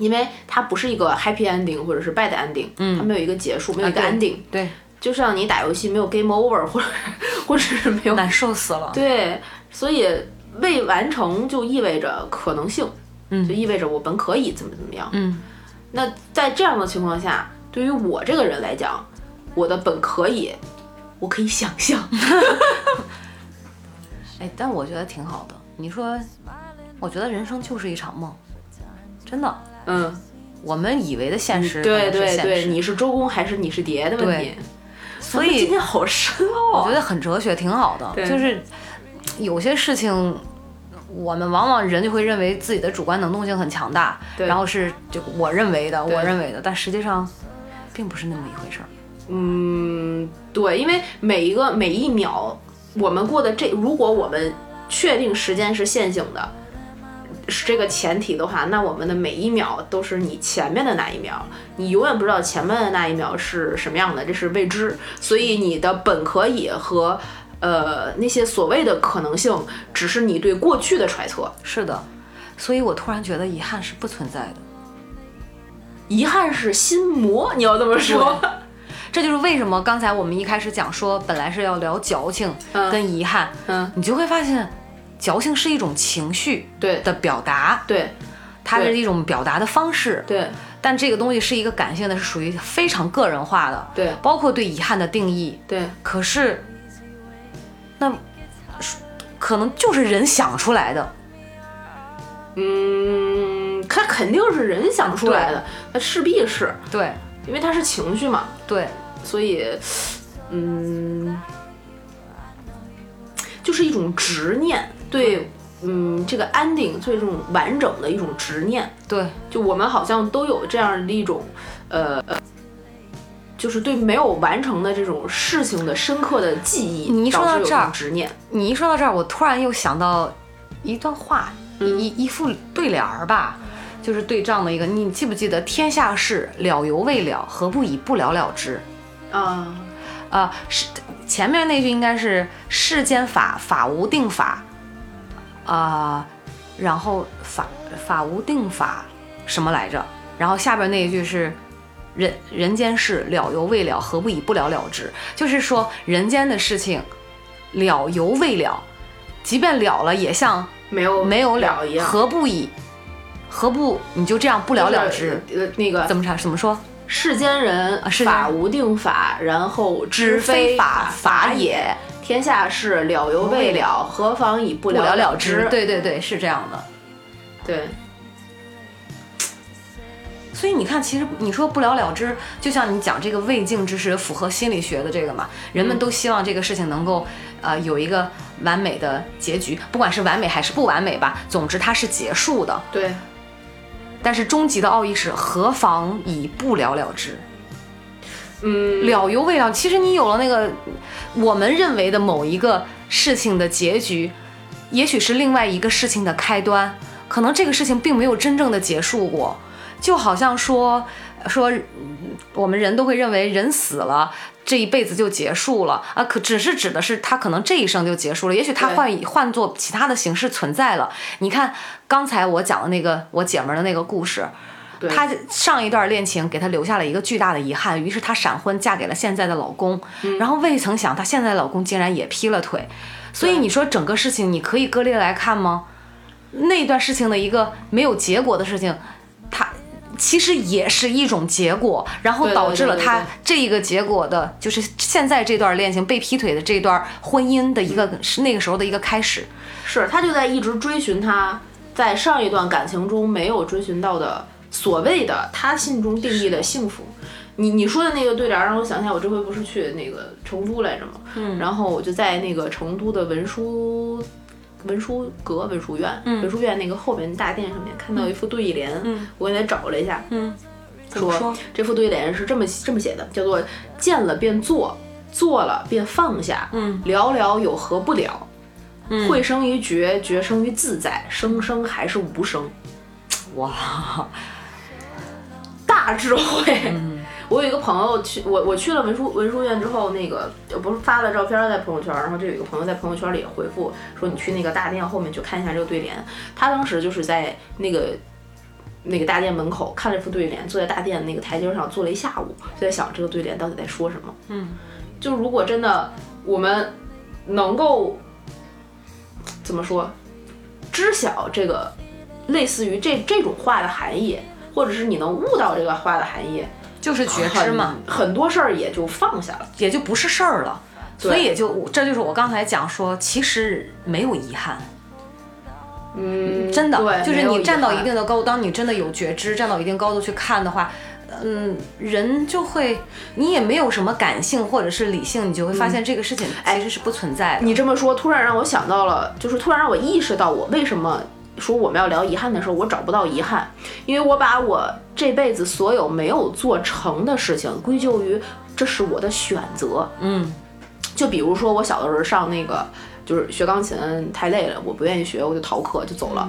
因为它不是一个 happy ending 或者是 bad ending，、嗯、它没有一个结束，没有一个
啊
ending，、
对，
就像你打游戏没有 game over 或者或者是没有
难受死了。
对，所以未完成就意味着可能性，
嗯
就意味着我本可以怎么怎么样，
嗯，
那在这样的情况下，对于我这个人来讲，我的本可以，我可以想象，
哎，但我觉得挺好的。你说，我觉得人生就是一场梦，真的。
嗯，
我们以为的现实，
对对对，
你
你是周公还是你是蝶的问题
对，所以
咱们今天好深奥、
我觉
啊，
得很哲学，挺好的。
对
就是有些事情，我们往往人就会认为自己的主观能动性很强大，
对
然后是就我认为的，
对
我认为的，但实际上并不是那么一回事儿。
嗯，对，因为每一个每一秒我们过的这，如果我们确定时间是线性的。是这个前提的话，那我们的每一秒都是你前面的那一秒，你永远不知道前面的那一秒是什么样的，这是未知。所以你的本可以和呃那些所谓的可能性，只是你对过去的揣测。
是的，所以我突然觉得遗憾是不存在的。
遗憾是心魔，你要这么说，
这就是为什么刚才我们一开始讲说，本来是要聊矫情
嗯
跟遗憾，
嗯，
你就会发现，矫情是一种情绪
对
的表达，
对
它
对
是一种表达的方式，
对
但这个东西是一个感性的，是属于非常个人化的，
对
包括对遗憾的定义。
对
可是，那可能就是人想出来的，
嗯，它肯定是人想出来的，那势必是
对
因为它是情绪嘛，
对，
所以，嗯，就是一种执念，对，嗯，这个 ending 对这种完整的一种执念，
对，
就我们好像都有这样的一种，呃，呃就是对没有完成的这种事情的深刻的记忆，
你一说
导致
到
有
这儿
种执念，
你一说到这儿，我突然又想到一段话，一一一副对联儿吧，就是对仗的一个。你记不记得“天下事了犹未了，何不以不了了之
啊，”？
啊、是前面那句应该是“世间法，法无定法”，啊、然后法法无定法什么来着？然后下边那一句是。人人间事了犹未了，何不以不了了之？就是说人间的事情了犹未了，即便了了，也像
没有
没有了
了一样，
何不以？何不你就这样不了了之？
就是，呃，那个
怎么查？怎么说？
世间人
啊世间人
法无定法，然后
知非
法
法法
也。
也，
天下事了犹未了，何妨以不
不了
了
了
之
之。。对对对，是这样的。
对
所以你看，其实你说不了了之，就像你讲这个未竟之事，符合心理学的这个嘛，人们都希望这个事情能够，呃，有一个完美的结局，不管是完美还是不完美吧，总之它是结束的。
对
但是终极的奥义是何妨以不了了之，
嗯，
了犹未了。其实你有了那个我们认为的某一个事情的结局，也许是另外一个事情的开端，可能这个事情并没有真正的结束过。就好像说说，嗯我们人都会认为人死了。这一辈子就结束了啊，可只是指的是他可能这一生就结束了，也许他
对
换以换作其他的形式存在了。你看刚才我讲的那个我姐们儿的那个故事，
对
她上一段恋情给她留下了一个巨大的遗憾，于是她闪婚嫁给了现在的老公，然后未曾想她现在的老公竟然也劈了腿，所以你说整个事情你可以割裂来看吗？那段事情的一个没有结果的事情，它其实也是一种结果，然后
对对
导致了
对对
她
对
这一个结果的，就是现在这段恋情被劈腿的这段婚姻的一个、是那个时候的一个开始。
是他就在一直追寻他在上一段感情中没有追寻到的所谓的他心中定义的幸福。你你说的那个对联儿让我想起来，我这回不是去那个成都来着吗？嗯，然后我就在那个成都的文殊文殊阁文殊院、
嗯
文殊院那个后面大殿上面看到一副对联，嗯，我给他找了一下，
嗯，
说
怎么说
这副对联是这么这么写的，叫做“见了便做，做了便放下，
嗯，
聊聊有何不了？会生于觉，觉生于自在，生生还是无生，
哇，
大智慧。我有一个朋友去，我我去了文殊文殊院之后，那个呃不是发了照片在朋友圈，然后就有一个朋友在朋友圈里回复说，你去那个大殿后面去看一下这个对联。他当时就是在那个那个大殿门口看了一副对联，坐在大殿那个台阶上坐了一下午，就在想这个对联到底在说什么。嗯，就如果真的我们能够怎么说，知晓这个类似于这这种话的含义，或者是你能悟到这个话的含义，
就是觉知
很
嘛，
很多事儿也就放下了。
也就不是事儿了。所以也就我这就是我刚才讲说，其实没有遗憾，
嗯，
真的，
对，
就是
没有
你
遗
站到
憾
一定的高度，当你真的有觉知，站到一定高度去看的话，嗯，人就会，你也没有什么感性或者是理性，你就会发现这个事情其实是不存在
嗯
的。
哎你这么说，突然让我想到了，就是突然让我意识到，我为什么说我们要聊遗憾的时候，我找不到遗憾，因为我把我这辈子所有没有做成的事情归咎于这是我的选择。
嗯，
就比如说我小的时候上那个就是学钢琴太累了，我不愿意学，我就逃课就走了。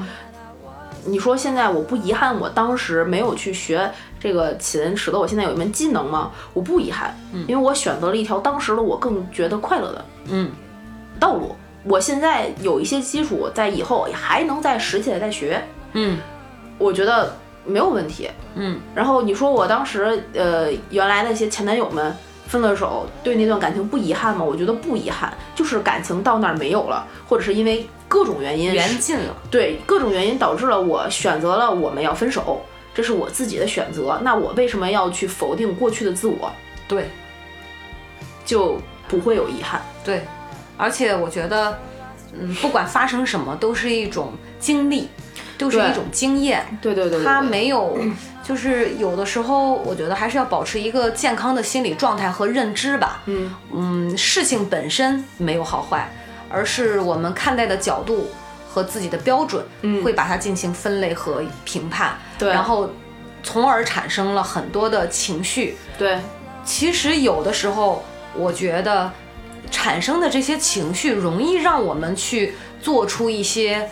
你说现在我不遗憾我当时没有去学这个琴，使得我现在有一门技能吗？我不遗憾，因为我选择了一条当时的我更觉得快乐的
嗯
道路。我现在有一些基础，在以后还能再拾起来再学。
嗯，
我觉得没有问题。
嗯，
然后你说我当时呃原来那些前男友们分了手，对那段感情不遗憾吗？我觉得不遗憾，就是感情到那儿没有了，或者是因为各种原因，
缘尽了。
对各种原因导致了我选择了我们要分手，这是我自己的选择。那我为什么要去否定过去的自我？
对
就不会有遗憾。
对，而且我觉得，嗯，不管发生什么，都是一种经历，都是
对
一种经验。
对对对
他没有，就是有的时候，我觉得还是要保持一个健康的心理状态和认知吧。
嗯
嗯，事情本身没有好坏，而是我们看待的角度和自己的标准，
嗯
会把它进行分类和评判，
对
然后从而产生了很多的情绪。
对
其实有的时候，我觉得产生的这些情绪容易让我们去做出一些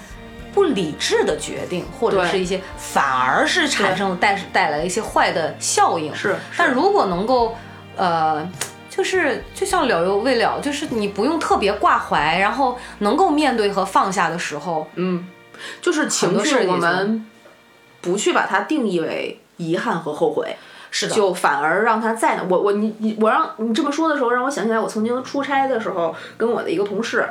不理智的决定，或者
对
是一些反而是产生了带带来一些坏的效应。
是
但
是
如果能够，呃。就是就像了又未了，就是你不用特别挂怀，然后能够面对和放下的时候，
嗯，就是
很
情
多事
绪
情
我们不去把它定义为遗憾和后悔。
是的，
就反而让他在那我我你你我让你这么说的时候，让我想起来我曾经出差的时候，跟我的一个同事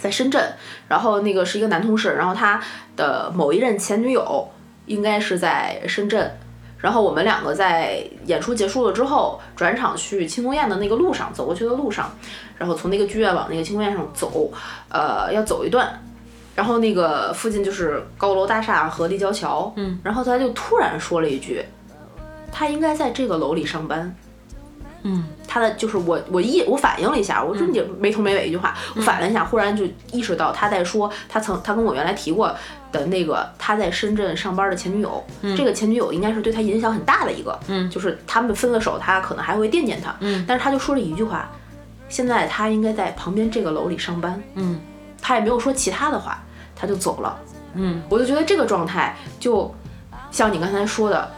在深圳，然后那个是一个男同事，然后他的某一任前女友应该是在深圳，然后我们两个在演出结束了之后，转场去庆功宴的那个路上走过去的路上，然后从那个剧院往那个庆功宴上走，呃，要走一段。然后那个附近就是高楼大厦和立交桥，嗯，然后他就突然说了一句，他应该在这个楼里上班。
嗯，
他的就是我，我一我反应了一下，我说你没头没尾一句话，我反了一下，忽然就意识到他在说他曾他跟我原来提过的那个他在深圳上班的前女友，这个前女友应该是对他影响很大的一个，嗯，就是他们分了手，他可能还会惦念他，嗯，但是他就说了一句话，现在他应该在旁边这个楼里上班，
嗯，
他也没有说其他的话，他就走了，嗯，我就觉得这个状态就像你刚才说的，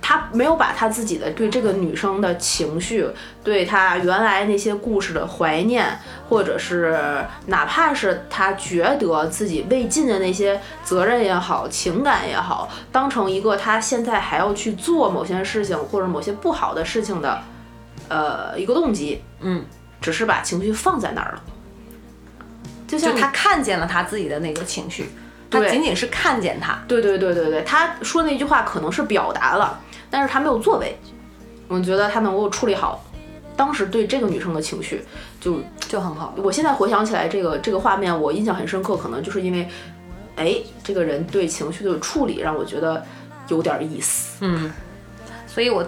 他没有把他自己的对这个女生的情绪，对他原来那些故事的怀念，或者是哪怕是他觉得自己未尽的那些责任也好、情感也好，当成一个他现在还要去做某些事情或者某些不好的事情的，呃，一个动机。
嗯，
只是把情绪放在那儿了。就像
就
你
他看见了他自己的那个情绪，他
嗯对
仅仅是看见他，
对对对对对，他说那句话可能是表达了，但是他没有作为。我觉得他能够处理好当时对这个女生的情绪，就
就很好。
我现在回想起来这个这个画面，我印象很深刻，可能就是因为，哎，这个人对情绪的处理让我觉得有点意思。
嗯，所以我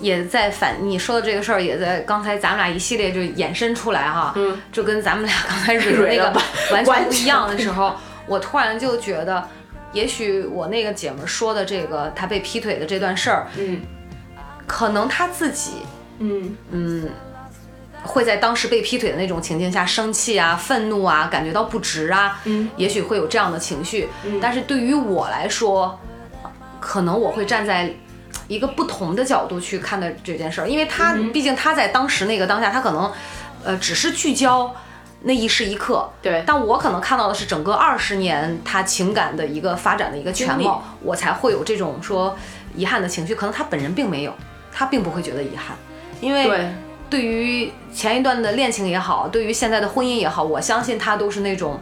也在反你说的这个事儿，也在刚才咱们俩一系列就衍生出来哈，
嗯，
就跟咱们俩刚开始 嗯的那
蕊了
个
吧
完全
完
不一
全
样的时候，我突然就觉得，也许我那个姐们儿说的这个她被劈腿的这段事儿，
嗯
可能她自己
嗯
会在当时被劈腿的那种情境下生气啊、愤怒啊，感觉到不值啊，
嗯，
也许会有这样的情绪。但是对于我来说，可能我会站在一个不同的角度去看待这件事儿，因为他、毕竟他在当时那个当下，他可能呃只是聚焦那一时一刻，
对
但我可能看到的是整个二十年他情感的一个发展的一个全
经历
貌，我才会有这种说遗憾的情绪。可能他本人并没有，他并不会觉得遗憾，因为
对
对于前一段的恋情也好，对于现在的婚姻也好，我相信他都是那种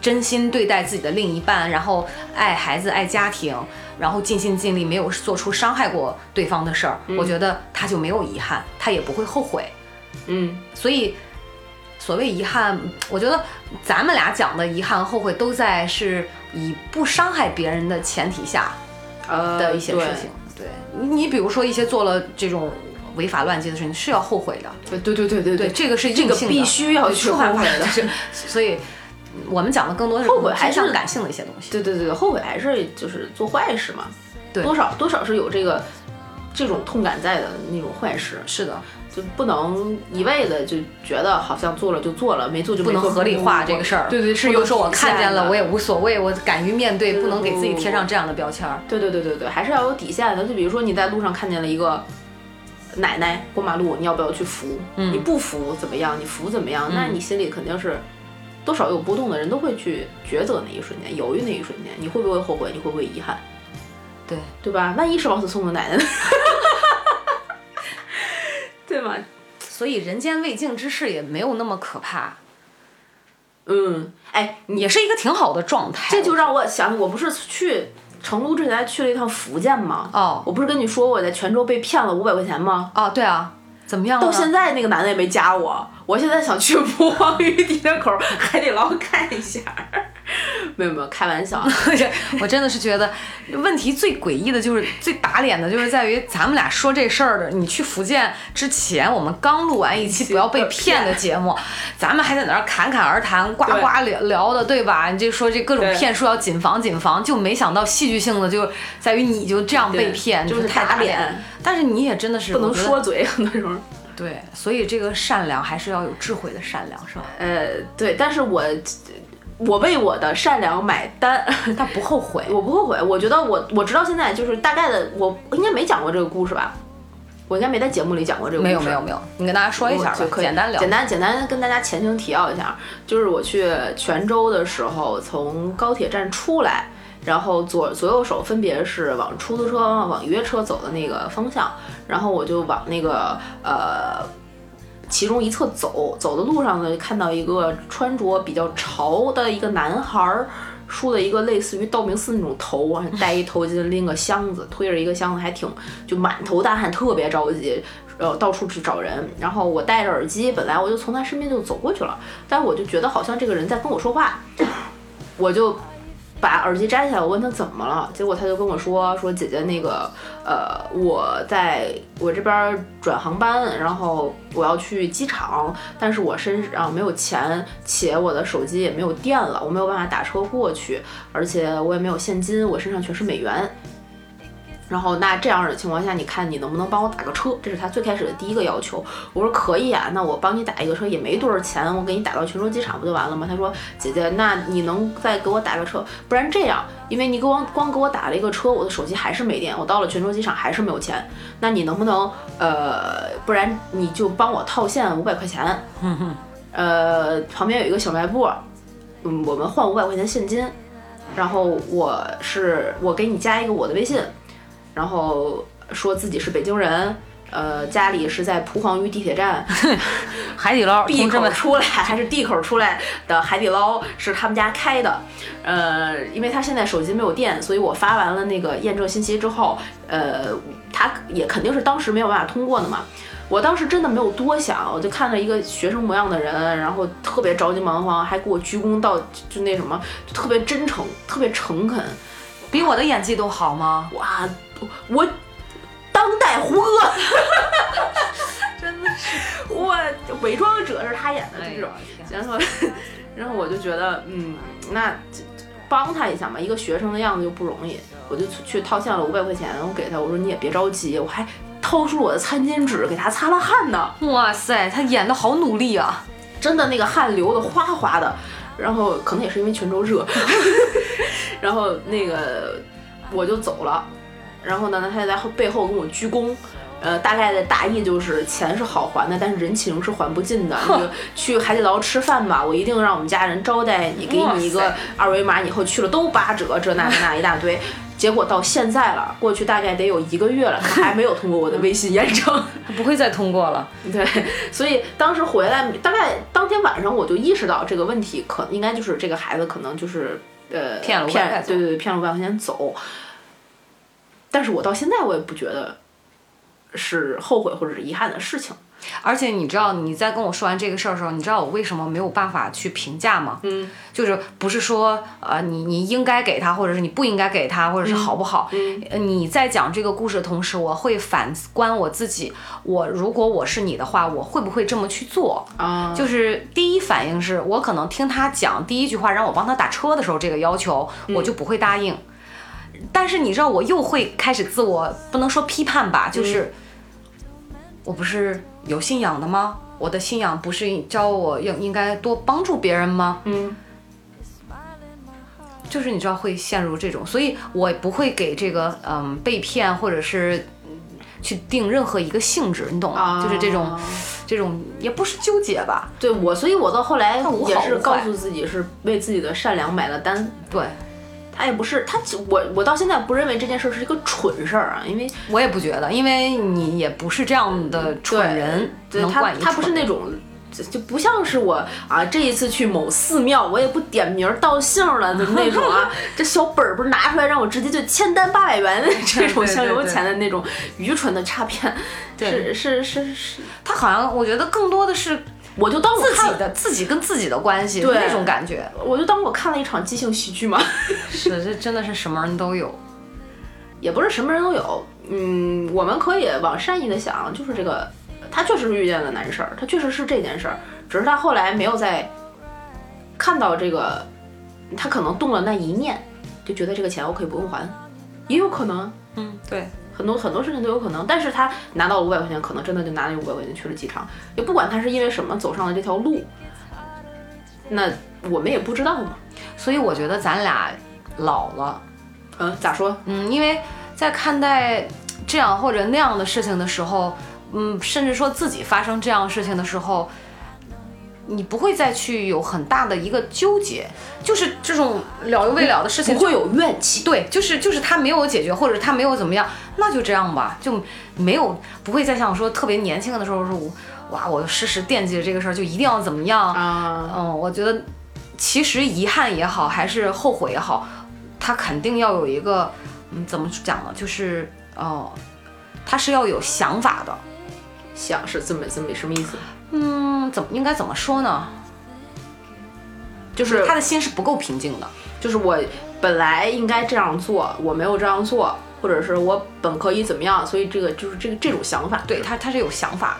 真心对待自己的另一半，然后爱孩子、爱家庭，然后尽心尽力，没有做出伤害过对方的事儿。我觉得他就没有遗憾，他也不会后悔。
嗯
所以，所谓遗憾，我觉得咱们俩讲的遗憾、后悔，都在是以不伤害别人的前提下
呃
的一些事情。对你，比如说一些做了这种违法乱纪的事情，是要后悔的。
对对对对对
对，
对，
这个是
这
硬
个
性的
必须要去
说
后悔
的
的。
是，所以我们讲的更多是
后悔还是
偏向感性的一些东西。
对对对，后悔还是就是做坏事嘛，
对
多少多少是有这个这种痛感在的那种坏事，
是的，
就不能一味的就觉得好像做了就做了，没做就
不
没
能
做
合理化这个事儿。
对对，是
不
有
能说我看见了，我
也
也无所谓，我敢于面对，
对
不能给自己
不
贴上这样的标签儿。
对对对对对，还是要有底线的。就比如说你在路上看见了一个奶奶过马路，你要不要去扶？
嗯
你不扶怎么样？你扶怎么样？那你心里肯定是。多少有波动的人都会去抉择那一瞬间，犹豫那一瞬间，你会不会后悔？你会不会遗憾？
对，
对吧？万一是王思聪的奶 奶呢？对吗？
所以人间未尽之事也没有那么可怕，
嗯，哎，你
也是一个挺好的状态。
这就让我想，我不是去成都之前还去了一趟福建吗？
哦
我不是跟你说我在泉州被骗了五百块钱吗？
哦，对啊，怎么样了
到
呢？
现在那个男的也没加我，我现在想去 蒲黄鱼地铁口海底捞看一下。 没有没有，开玩笑啊。
我真的是觉得，问题最诡异的就是最打脸的，就是在于咱们俩说这事儿的。你去福建之前，我们刚录完一期不要被骗的节目，咱们还在那儿侃侃而谈、呱呱聊聊的，对吧？你就说这各种
对
骗术要谨防谨防，就没想到戏剧性的就在于你就这样 被
对
骗，
就是
你太打
打脸
脸。但是你也真的是
不能
我觉得
说嘴，啊很多时候。
对，所以这个善良还是要有智慧的善良，是吧？
呃，对，但是我我为我的善良买 单，
但不后悔。
我不后悔。我觉得我我直到现在就是大概的，我应该没讲过这个故事吧？我应该没在节目里讲过这个故
没
事。
有没有没有，你跟大家说一下吧
就，可以
简单聊。
简单简单跟大家前情提要一下，就是我去泉州的时候，从高铁站出来，然后左左右手分别是往出租车、往约车走的那个方向，然后我就往那个呃。其中一侧走，走的路上呢，看到一个穿着比较潮的一个男孩儿，梳了一个类似于道明寺那种头，还戴一头巾，拎个箱子，推着一个箱子，还挺就满头大汗，特别着急，然呃后到处去找人。然后我戴着耳机，本来我就从他身边就走过去了，但是我就觉得好像这个人在跟我说话， 我就把耳机摘下来，我问他怎么了，结果他就跟我说说姐姐那个呃，我在我这边转航班，然后我要去机场，但是我身上没有钱，且我的手机也没有电了，我没有办法打车过去，而且我也没有现金，我身上全是美元。然后那这样的情况下，你看你能不能帮我打个车？这是他最开始的第一个要求。我说可以啊，那我帮你打一个车也没多少钱，我给你打到泉州机场不就完了吗？他说姐姐，那你能再给我打个车？不然这样，因为你给我光给我打了一个车，我的手机还是没电，我到了泉州机场还是没有钱。那你能不能呃，不然你就帮我套现五百块钱？呃，旁边有一个小卖部，嗯，我们换五百块钱现金，然后我是我给你加一个我的微信。然后说自己是北京人，呃，家里是在蒲黄榆地铁站
海底捞，
B
同志
口
们，
出来 还是 D 口出来的海底捞是他们家开的，呃，因为他现在手机没有电，所以我发完了那个验证信息之后，呃，他也肯定是当时没有办法通过的嘛。我当时真的没有多想，我就看着一个学生模样的人，然后特别着急忙慌，还给我鞠躬到就那什么，就特别真诚，特别诚恳，
比我的演技都好吗？
哇，我当代胡 歌，
真的是，
我伪装者是他演
哎
的这种，
天
哎然后 然后我就觉得，嗯，那就就帮他一下嘛，一个学生的样子又不容易，我就去去套现了五百块钱，我给他，我说你也别着急，我还掏出我的餐巾纸给他擦了汗呢，
哇塞，他演的好努力啊！
真的那个汗流的哗哗的，然后可能也是因为泉州 热，然后那个我就走了，然后呢，他就在后背后跟我鞠躬。呃，大概的大意就是钱是好还的，但是人情是还不尽的。你就去海底捞吃饭吧，我一定让我们家人招待你，给你一个
哇塞
二维码，以后去了都八折，这那那那一大堆。结果到现在了，过去大概得有一个月了，他还没有通过我的微信验证。
他不会再通过了。
对，所以当时回来，大概当天晚上我就意识到这个问题可，应该就是这个孩子可能就是呃
骗了500块
骗
走
对对对骗了五百块钱走。但是我到现在我也不觉得是后悔或者是遗憾的事情。
而且你知道你在跟我说完这个事儿的时候，你知道我为什么没有办法去评价吗？
嗯，
就是不是说呃你你应该给他，或者是你不应该给他，或者是好不好？
嗯
呃你在讲这个故事的同时，我会反观我自己，我如果我是你的话，我会不会这么去做？
啊就
就是第一反应是我可能听他讲第一句话让我帮他打车的时候，这个要求我
嗯
就不会答应。但是你知道，我又会开始自我不能说批判吧，
嗯
就是、我不是有信仰的吗？我的信仰不是教我应应该多帮助别人吗？
嗯，
就是你知道会陷入这种，所以我不会给这个嗯被骗或者是嗯去定任何一个性质，你懂吗？
啊
就是这种这种也不是纠结吧，
对我，所以我到后来
那无好
也是
无坏
告诉自己是为自己的善良买了单。
对，
他也不是他，我我到现在不认为这件事是一个蠢事儿啊，因为
我也不觉得，因为你也不是这样的蠢人，
对
能
他
惯一
他不是
蠢
那
人
种。就就不像是我啊，这一次去某寺庙，我也不点名儿道姓儿了的那种 啊。这小本儿不是拿出来让我直接就签单八百元这种
对对
香油
对
钱的那种愚蠢的诈骗，
对
是是是是，
他好像我觉得更多的是
我就当我
自
看
己的自己跟自己的关系
对
那种感觉，
我就当我看了一场即兴喜剧嘛，
是这真的是什么人都有。
也不是什么人都有。嗯，我们可以往善意的想，就是这个，他确实是遇见了难事儿，他确实是这件事儿，只是他后来没有再看到这个，他可能动了那一念，就觉得这个钱我可以不用还，也有可能，
嗯，对，
很多很多事情都有可能。但是他拿到五百块钱，可能真的就拿那五百块钱去了机场，也不管他是因为什么走上了这条路，那我们也不知道嘛。
所以我觉得咱俩老了，
嗯，咋说？
嗯，因为在看待这样或者那样的事情的时候，嗯，甚至说自己发生这样的事情的时候，你不会再去有很大的一个纠结，就是这种了又未了的事情
不
就
会有怨气。
对，就是就是他没有解决，或者他没有怎么样，那就这样吧，就没有不会再像说特别年轻的时候说，哇，我时时惦记着这个事儿，就一定要怎么样。
啊，
嗯，我觉得其实遗憾也好，还是后悔也好，他肯定要有一个，嗯，怎么讲呢？就是哦，他是要有想法的。
想是这么这么什么意思？
嗯，怎么应该怎么说呢？
就是
他的心是不够平静的。
就是我本来应该这样做，我没有这样做，或者是我本可以怎么样，所以这个就是这个这种想法。
对他，他是有想法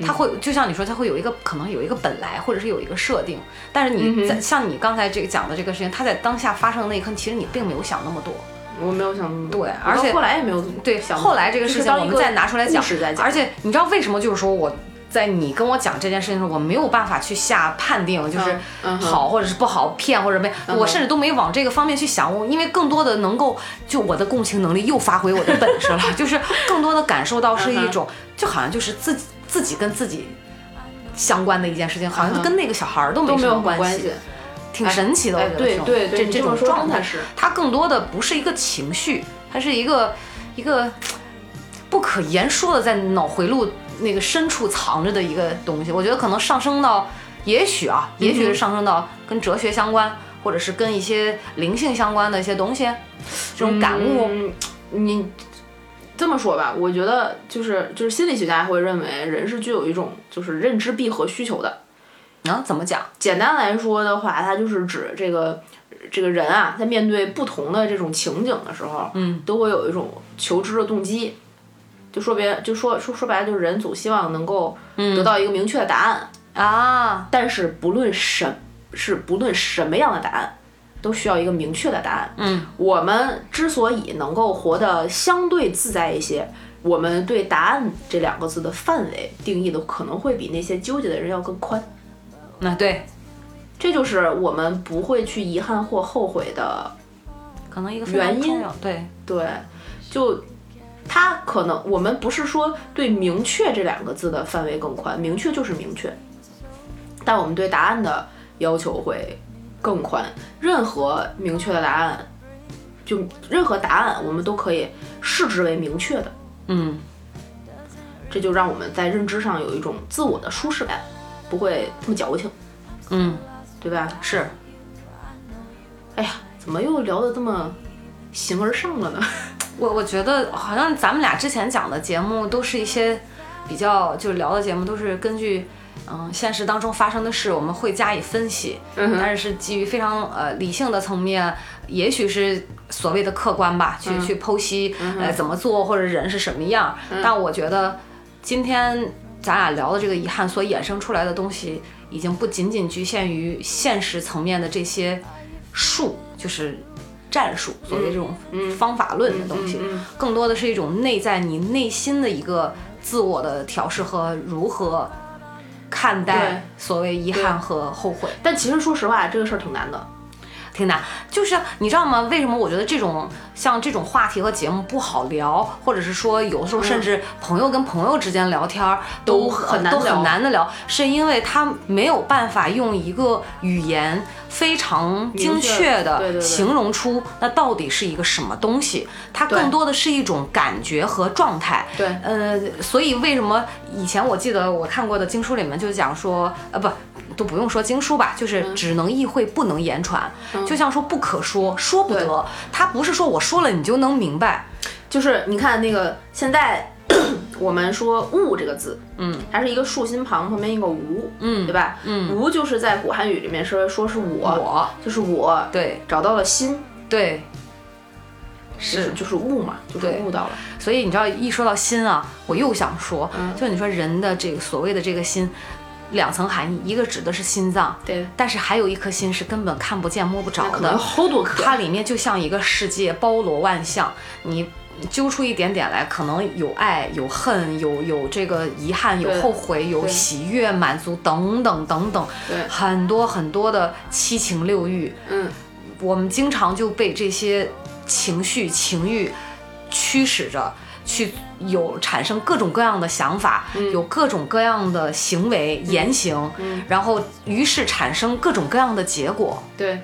的，他
嗯
会就像你说，他会有一个可能有一个本来，或者是有一个设定。但是
嗯
你在、像你刚才这个讲的这个事情，他在当下发生的那一刻，其实你并没有想那么多。
我没有想那么多
对而
我
且
到后来也没有
对，
想
后来这个事情我们再拿出来讲，
就是当一个故事在讲
而且你知道为什么？就是说我在你跟我讲这件事情的时候，我没有办法去下判定，就是
嗯嗯哼嗯
好或者是不好，骗或者没，我甚至都没往这个方面去想。我因为更多的能够就我的共情能力又发挥我的本 事了，就是更多的感受到是一
嗯
种，就好像就是自己自己跟自己。相关的一件事情，好像
嗯哼
跟那个小孩儿都嗯没
都没
什
有
么
关
关
系，。
挺神奇的。
哎
我觉得
对
这种
对对
这
你
这
这么
种
说
状
真
态
的是
它更多的不是一个情绪，它是一个一个不可言说的在脑回路那个深处藏着的一个东西。我觉得可能上升到，也许
嗯
啊，也许是上升到跟哲学相关，或者是跟一些灵性相关的一些东西，这种感悟。
嗯，你这么说吧，我觉得就是就是心理学家会认为人是具有一种就是认知闭合需求的。
啊，怎么讲？
简单来说的话，它就是指这个这个人啊，在面对不同的这种情景的时候，
嗯，
都会有一种求知的动机。就说别就说说说白了，就是人总希望能够
嗯
得到一个明确的答案，
啊，
但是不论什是不论什么样的答案，都需要一个明确的答案。
嗯，
我们之所以能够活得相对自在一些，我们对答案这两个字的范围定义的可能会比那些纠结的人要更宽。
那对，
这就是我们不会去遗憾或后悔的。
可能一个非常
原因
重要对。
对，就他可能我们不是说对“明确”这两个字的范围更宽，明确就是明确，但我们对答案的要求会更宽。任何明确的答案，就任何答案，我们都可以视之为明确的。
嗯，
这就让我们在认知上有一种自我的舒适感，不会这么矫情，
嗯，
对吧？
是
哎呀，怎么又聊得这么形而上了呢？
我我觉得好像咱们俩之前讲的节目都是一些比较就是聊的节目都是根据嗯现实当中发生的事我们会加以分析，
嗯哼
但是是基于非常呃理性的层面，也许是所谓的客观吧，去、去剖析呃怎么做或者人是什么样儿。但我觉得今天咱俩聊的这个遗憾所衍生出来的东西，已经不仅仅局限于现实层面的这些术，就是战术，所谓这种方法论的东西，更多的是一种内在你内心的一个自我的调试和如何看待
对
所谓遗憾和后悔。
但其实说实话，这个事儿挺难的。
挺难。就是你知道吗？为什么我觉得这种像这种话题和节目不好聊，或者是说有的时候甚至朋友跟朋友之间聊天儿
嗯都
很
很难
都很
聊
难的聊，是因为他没有办法用一个语言非常精
明确
确
对对
的
对
形容出那到底是一个什么东西，它
对
更多的是一种感觉和状态。
对
呃，所以为什么以前我记得我看过的经书里面就讲说，呃，不。都不用说经书吧，就是
嗯
只能意会不能言传，就像说不可说，说不
对
得。它不是说我说了你就能明白，
就是你看那个现在我们说“物”这个字，
嗯，
它是一个竖心旁旁边一个“无”，
嗯
对吧？
嗯
无就是在古汉语里面说说是我，
我
就是我，，
对
找到了心，
对，
就是
是
就是悟嘛，就是
对
悟到了，
所以你知道，一说到心啊，我又想说，
嗯
就你说人的这个所谓的这个心，两层含义，一个指的是心脏，
对，
但是还有一颗心是根本看不见摸不
那
着
可能有
的，
好多颗，
它里面就像一个世界，包罗万象，你。揪出一点点来，可能有爱、有恨、有有这个遗憾、有
对
后悔、有
对
喜悦、满足等等等等，
对，
很多很多的七情六欲，
嗯，
我们经常就被这些情绪、情欲驱使着去有产生各种各样的想法，有各种各样的行为、言行，
嗯
然后于是产生各种各样的结果。
对，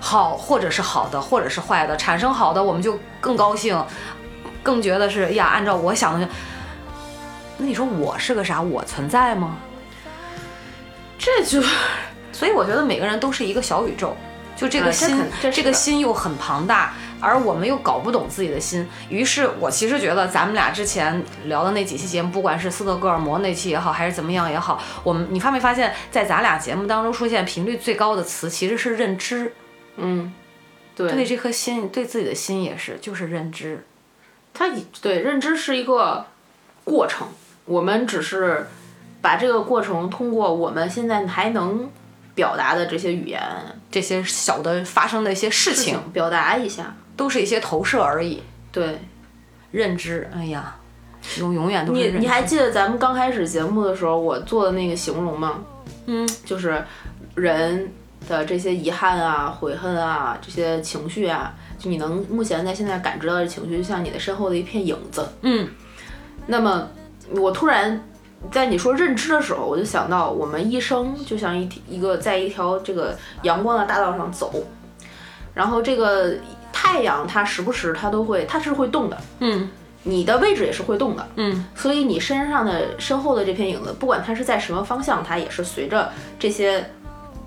好，或者是好的，或者是坏的，产生好的，我们就更高兴，更觉得是哎呀，按照我想的就，那你说我是个啥？我存在吗？
这就
所以我觉得每个人都是一个小宇宙，就这
啊这
个心，
肯这是
这个
的
心又很庞大，而我们又搞不懂自己的心。于是我其实觉得咱们俩之前聊的那几期节目，不管是斯德哥尔摩那期也好，还是怎么样也好，我们你发没发现，在咱俩节目当中出现频率最高的词其实是认知，
嗯，
对
对，
这颗心，对自己的心也是，就是认知。
它以对认知是一个过程，我们只是把这个过程通过我们现在还能表达的这些语言
这些小的发生的一些事
事
情，
情表达一下，
都是一些投射而已。
对。
认知，哎呀，永永远都是
你
认知
你还记得咱们刚开始节目的时候我做的那个形容吗？
嗯，
就是人的这些遗憾啊、悔恨啊、这些情绪啊，就你能目前在现在感知到的情绪，就像你的身后的一片影子。
嗯
那么，我突然在你说认知的时候，我就想到，我们一生就像一一个在一条这个阳光的大道上走，然后这个太阳它时不时它都会，它是会动的，
嗯
你的位置也是会动的，
嗯
所以你身上的身后的这片影子，不管它是在什么方向，它也是随着这些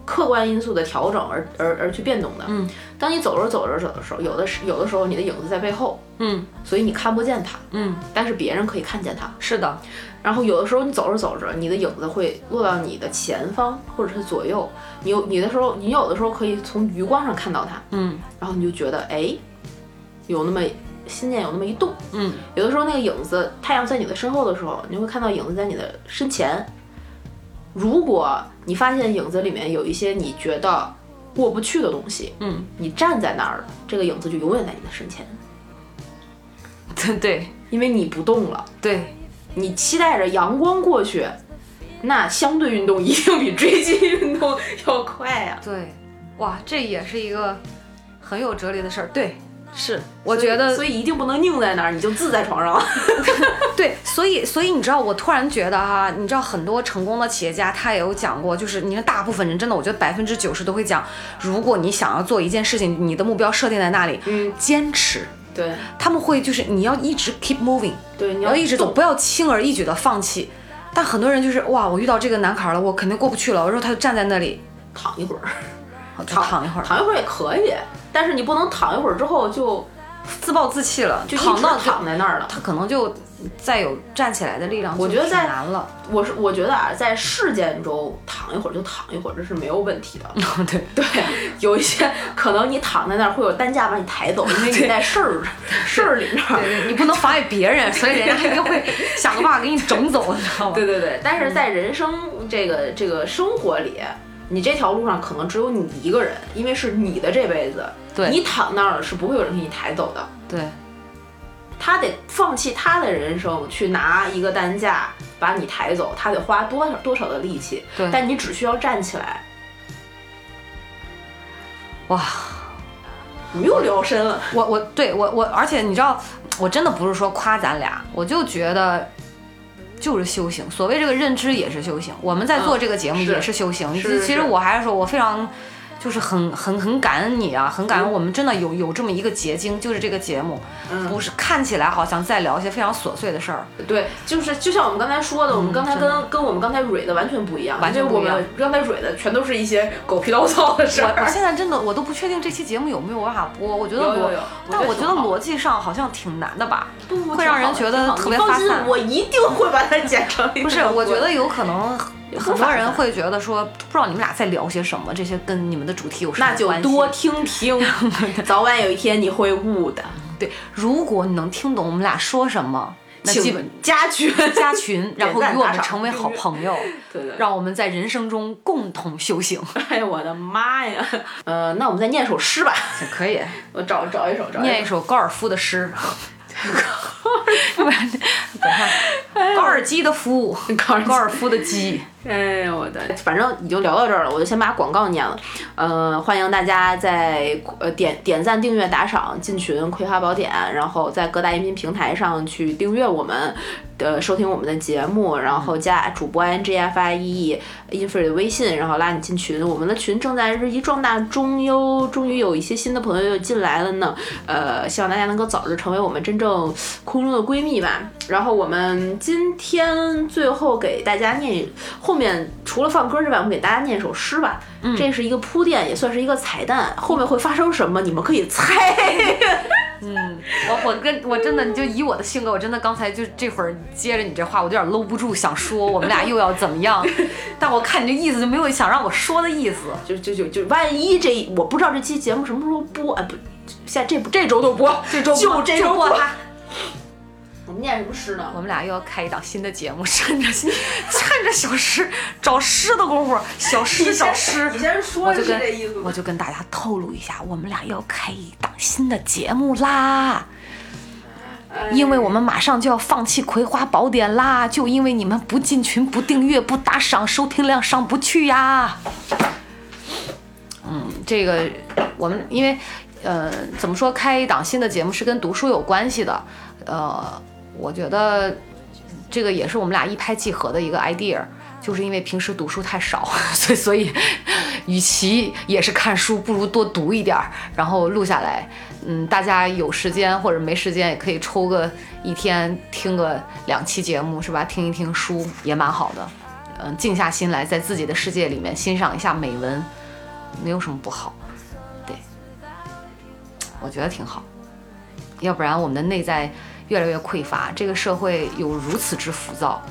客观因素的调整而而而去变动的。
嗯，
当你走着走着走的时候，有的时有的时候你的影子在背后，
嗯
所以你看不见它，
嗯，
但是别人可以看见它。
是的。
然后有的时候你走着走着，你的影子会落到你的前方或者是左右，你有你的时候，你有的时候可以从余光上看到它，
嗯
然后你就觉得哎，有那么心念有那么一动。
嗯
有的时候那个影子，太阳在你的身后的时候，你会看到影子在你的身前。如果你发现影子里面有一些你觉得过不去的东西，
嗯，
你站在那儿，这个影子就永远在你的身前，
对对
因为你不动了。
对，
你期待着阳光过去，那相对运动一定比追击运动要快啊呀、
对，哇，这也是一个很有哲理的事儿。对，是，我
我
觉得
所以一定不能拧在那儿，你就自在床上。
对，所以所以你知道，我突然觉得哈、你知道很多成功的企业家他也有讲过，就是你看大部分人真的，我觉得百分之九十都会讲，如果你想要做一件事情，你的目标设定在那里，
嗯，
坚持，
对
他们会就是你要一直 keep moving，
对，你
你要一直走，不要轻而易举的放弃。但很多人就是哇，我遇到这个难坎儿了，我肯定过不去了，然后他就站在那里，
躺一会儿，
好就 躺一会儿，
躺一会儿也可以，但是你不能躺一会儿之后就
自暴自弃了，
就一
躺
直
到
躺在那儿了。
他可能就再有站起来的力量，
我觉得在
难了。
我是我觉得啊，在事件中躺一会儿就躺一会儿，这是没有问题 的。
哦对，
对，有一些可能你躺在那儿会有担架把你抬走，因为你在事儿事儿里面儿。
你不能妨碍别 人，所以人家一定会想个办法给你整走，你知道吗？
对对对，但是在人生这个这个生活里，你这条路上可能只有你一个人，因为是你的这辈子，
对
你躺那儿是不会有人给你抬走的。
对
他得放弃他的人生，去拿一个担架把你抬走，他得花多少多少的力气。
对
但你只需要站起来，
哇，
你们又聊深了。
我我对我我，而且你知道，我真的不是说夸咱俩，我就觉得就是修行。所谓这个认知也是修行，我们在做
嗯
这个节目
是
也是修行。
是
其
是
其实我还是说，我非常就是很很很感恩你啊，很感恩我们真的有有这么一个结晶，就是这个节目，
嗯
不是看起来好像在聊一些非常琐碎的事儿，
对，就是就像我们刚才说嗯的，我们刚才
真
跟跟我们刚才蕊的完全不一样，
完全
因为
不
我
一样
们刚才蕊的全都是一些狗皮叨叨的事
我呃我
儿。
现在真的我都不确定这期节目有没有办法播，我觉得
有
我，
有有，
但我觉得
挺好
逻辑上好像挺难的吧。
不不
会让人
挺好
觉
的挺好
得
的
特别
你
发
放心
散，
我一定会把它剪成一个。
不是，我觉得有可能
也不
很多
反
人
感
会觉得说，不知道你们俩在聊些什么，这些跟你们的主题有什么
那就
关系
多听听， 早晚有一天你会悟的。
对。如果你能听懂我们俩说什么，那基本
请加 群，
加群，然后
点赞
与我
打
们
赏
成为好
订阅
朋友，
对对。
让我们在人生中共同修 行。
哎呀，我的妈呀！呃，那我们再念首诗吧。
可以
我找找一首，找
念
一
一
首。
首高尔夫 的诗。 等一下，高尔基 的夫，
高尔基
高尔夫的鸡。
哎呦我的，反正已经聊到这儿了，我就先把广告念了。呃，欢迎大家在呃点点赞、订阅、打赏、进群《葵花宝典》，然后在各大音频平台上去订阅我们，呃，收听我们的节目，然后加主播 i n g f i e e infree 的微信，然后拉你进群。我们的群正在日益壮大中哟，终于有一些新的朋友又进来了呢。呃，希望大家能够早日成为我们真正空中的闺蜜吧。然后我们今天最后给大家念，后面除了放歌之外，我们给大家念一首诗吧。
嗯
这是一个铺垫，也算是一个彩蛋。后面会发生什么，你们可以猜。
我我跟我真的，你就以我的性格，我真的刚才就这会儿接着你这话，我就有点搂不住，想说我们俩又要怎么 样，但我看你这意思就没有想让我说的意思。
就就就就，万一这我不知道这期节目什么时候播，哎不，下这这周就播，这周就
就
这
就
周
播
播。
它，
我们念什么诗呢
我？们俩又要开一档新的节目，趁着趁着小诗找诗的功夫，小诗找诗
你。先说
我
是
就跟
这意思
我
吗？
就跟大家透露一下，我们俩要开一档新的节目啦，因为我们马上就要放弃《葵花宝典》啦，就因为你们不进群、不订阅、不打赏，收听量上不去呀。嗯，这个我们因为呃，怎么说，开一档新的节目是跟读书有关系的，呃，我觉得这个也是我们俩一拍即合的一个 idea，就是因为平时读书太少， 所以所以，与其也是看书，不如多读一点儿，然后录下来。嗯，大家有时间或者没时间，也可以抽个一天听个两期节目，是吧？听一听书也蛮好的。嗯，静下心来，在自己的世界里面欣赏一下美文，没有什么不好。对，我觉得挺好。要不然我们的内在越来越匮乏，这个社会有如此之浮躁，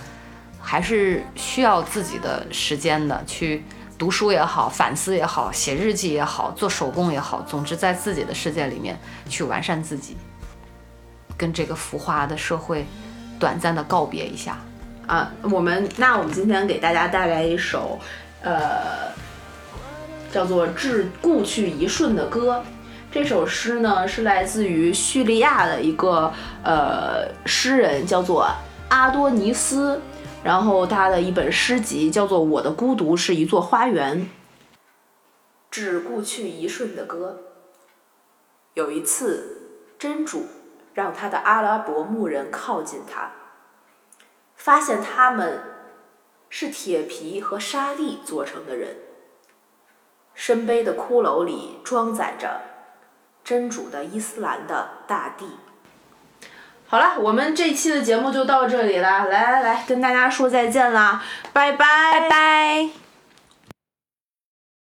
还是需要自己的时间的去读书也好，反思也好，写日记也好，做手工也好，总之在自己的世界里面去完善自己，跟这个浮华的社会短暂的告别一下。
啊，我们那我们今天给大家带来一首，呃，叫做《致故去一瞬》的歌。这首诗呢是来自于叙利亚的一个呃诗人，叫做阿多尼斯，然后他的一本诗集叫做《我的孤独是一座花园》。致故去一瞬的歌。有一次，真主让他的阿拉伯牧人靠近他。发现他们是铁皮和沙砾做成的人。身背的骷髅里装载着真主的伊斯兰的大地。好了，我们这期的节目就到这里啦，来来来，跟大家说再见啦，拜拜拜拜。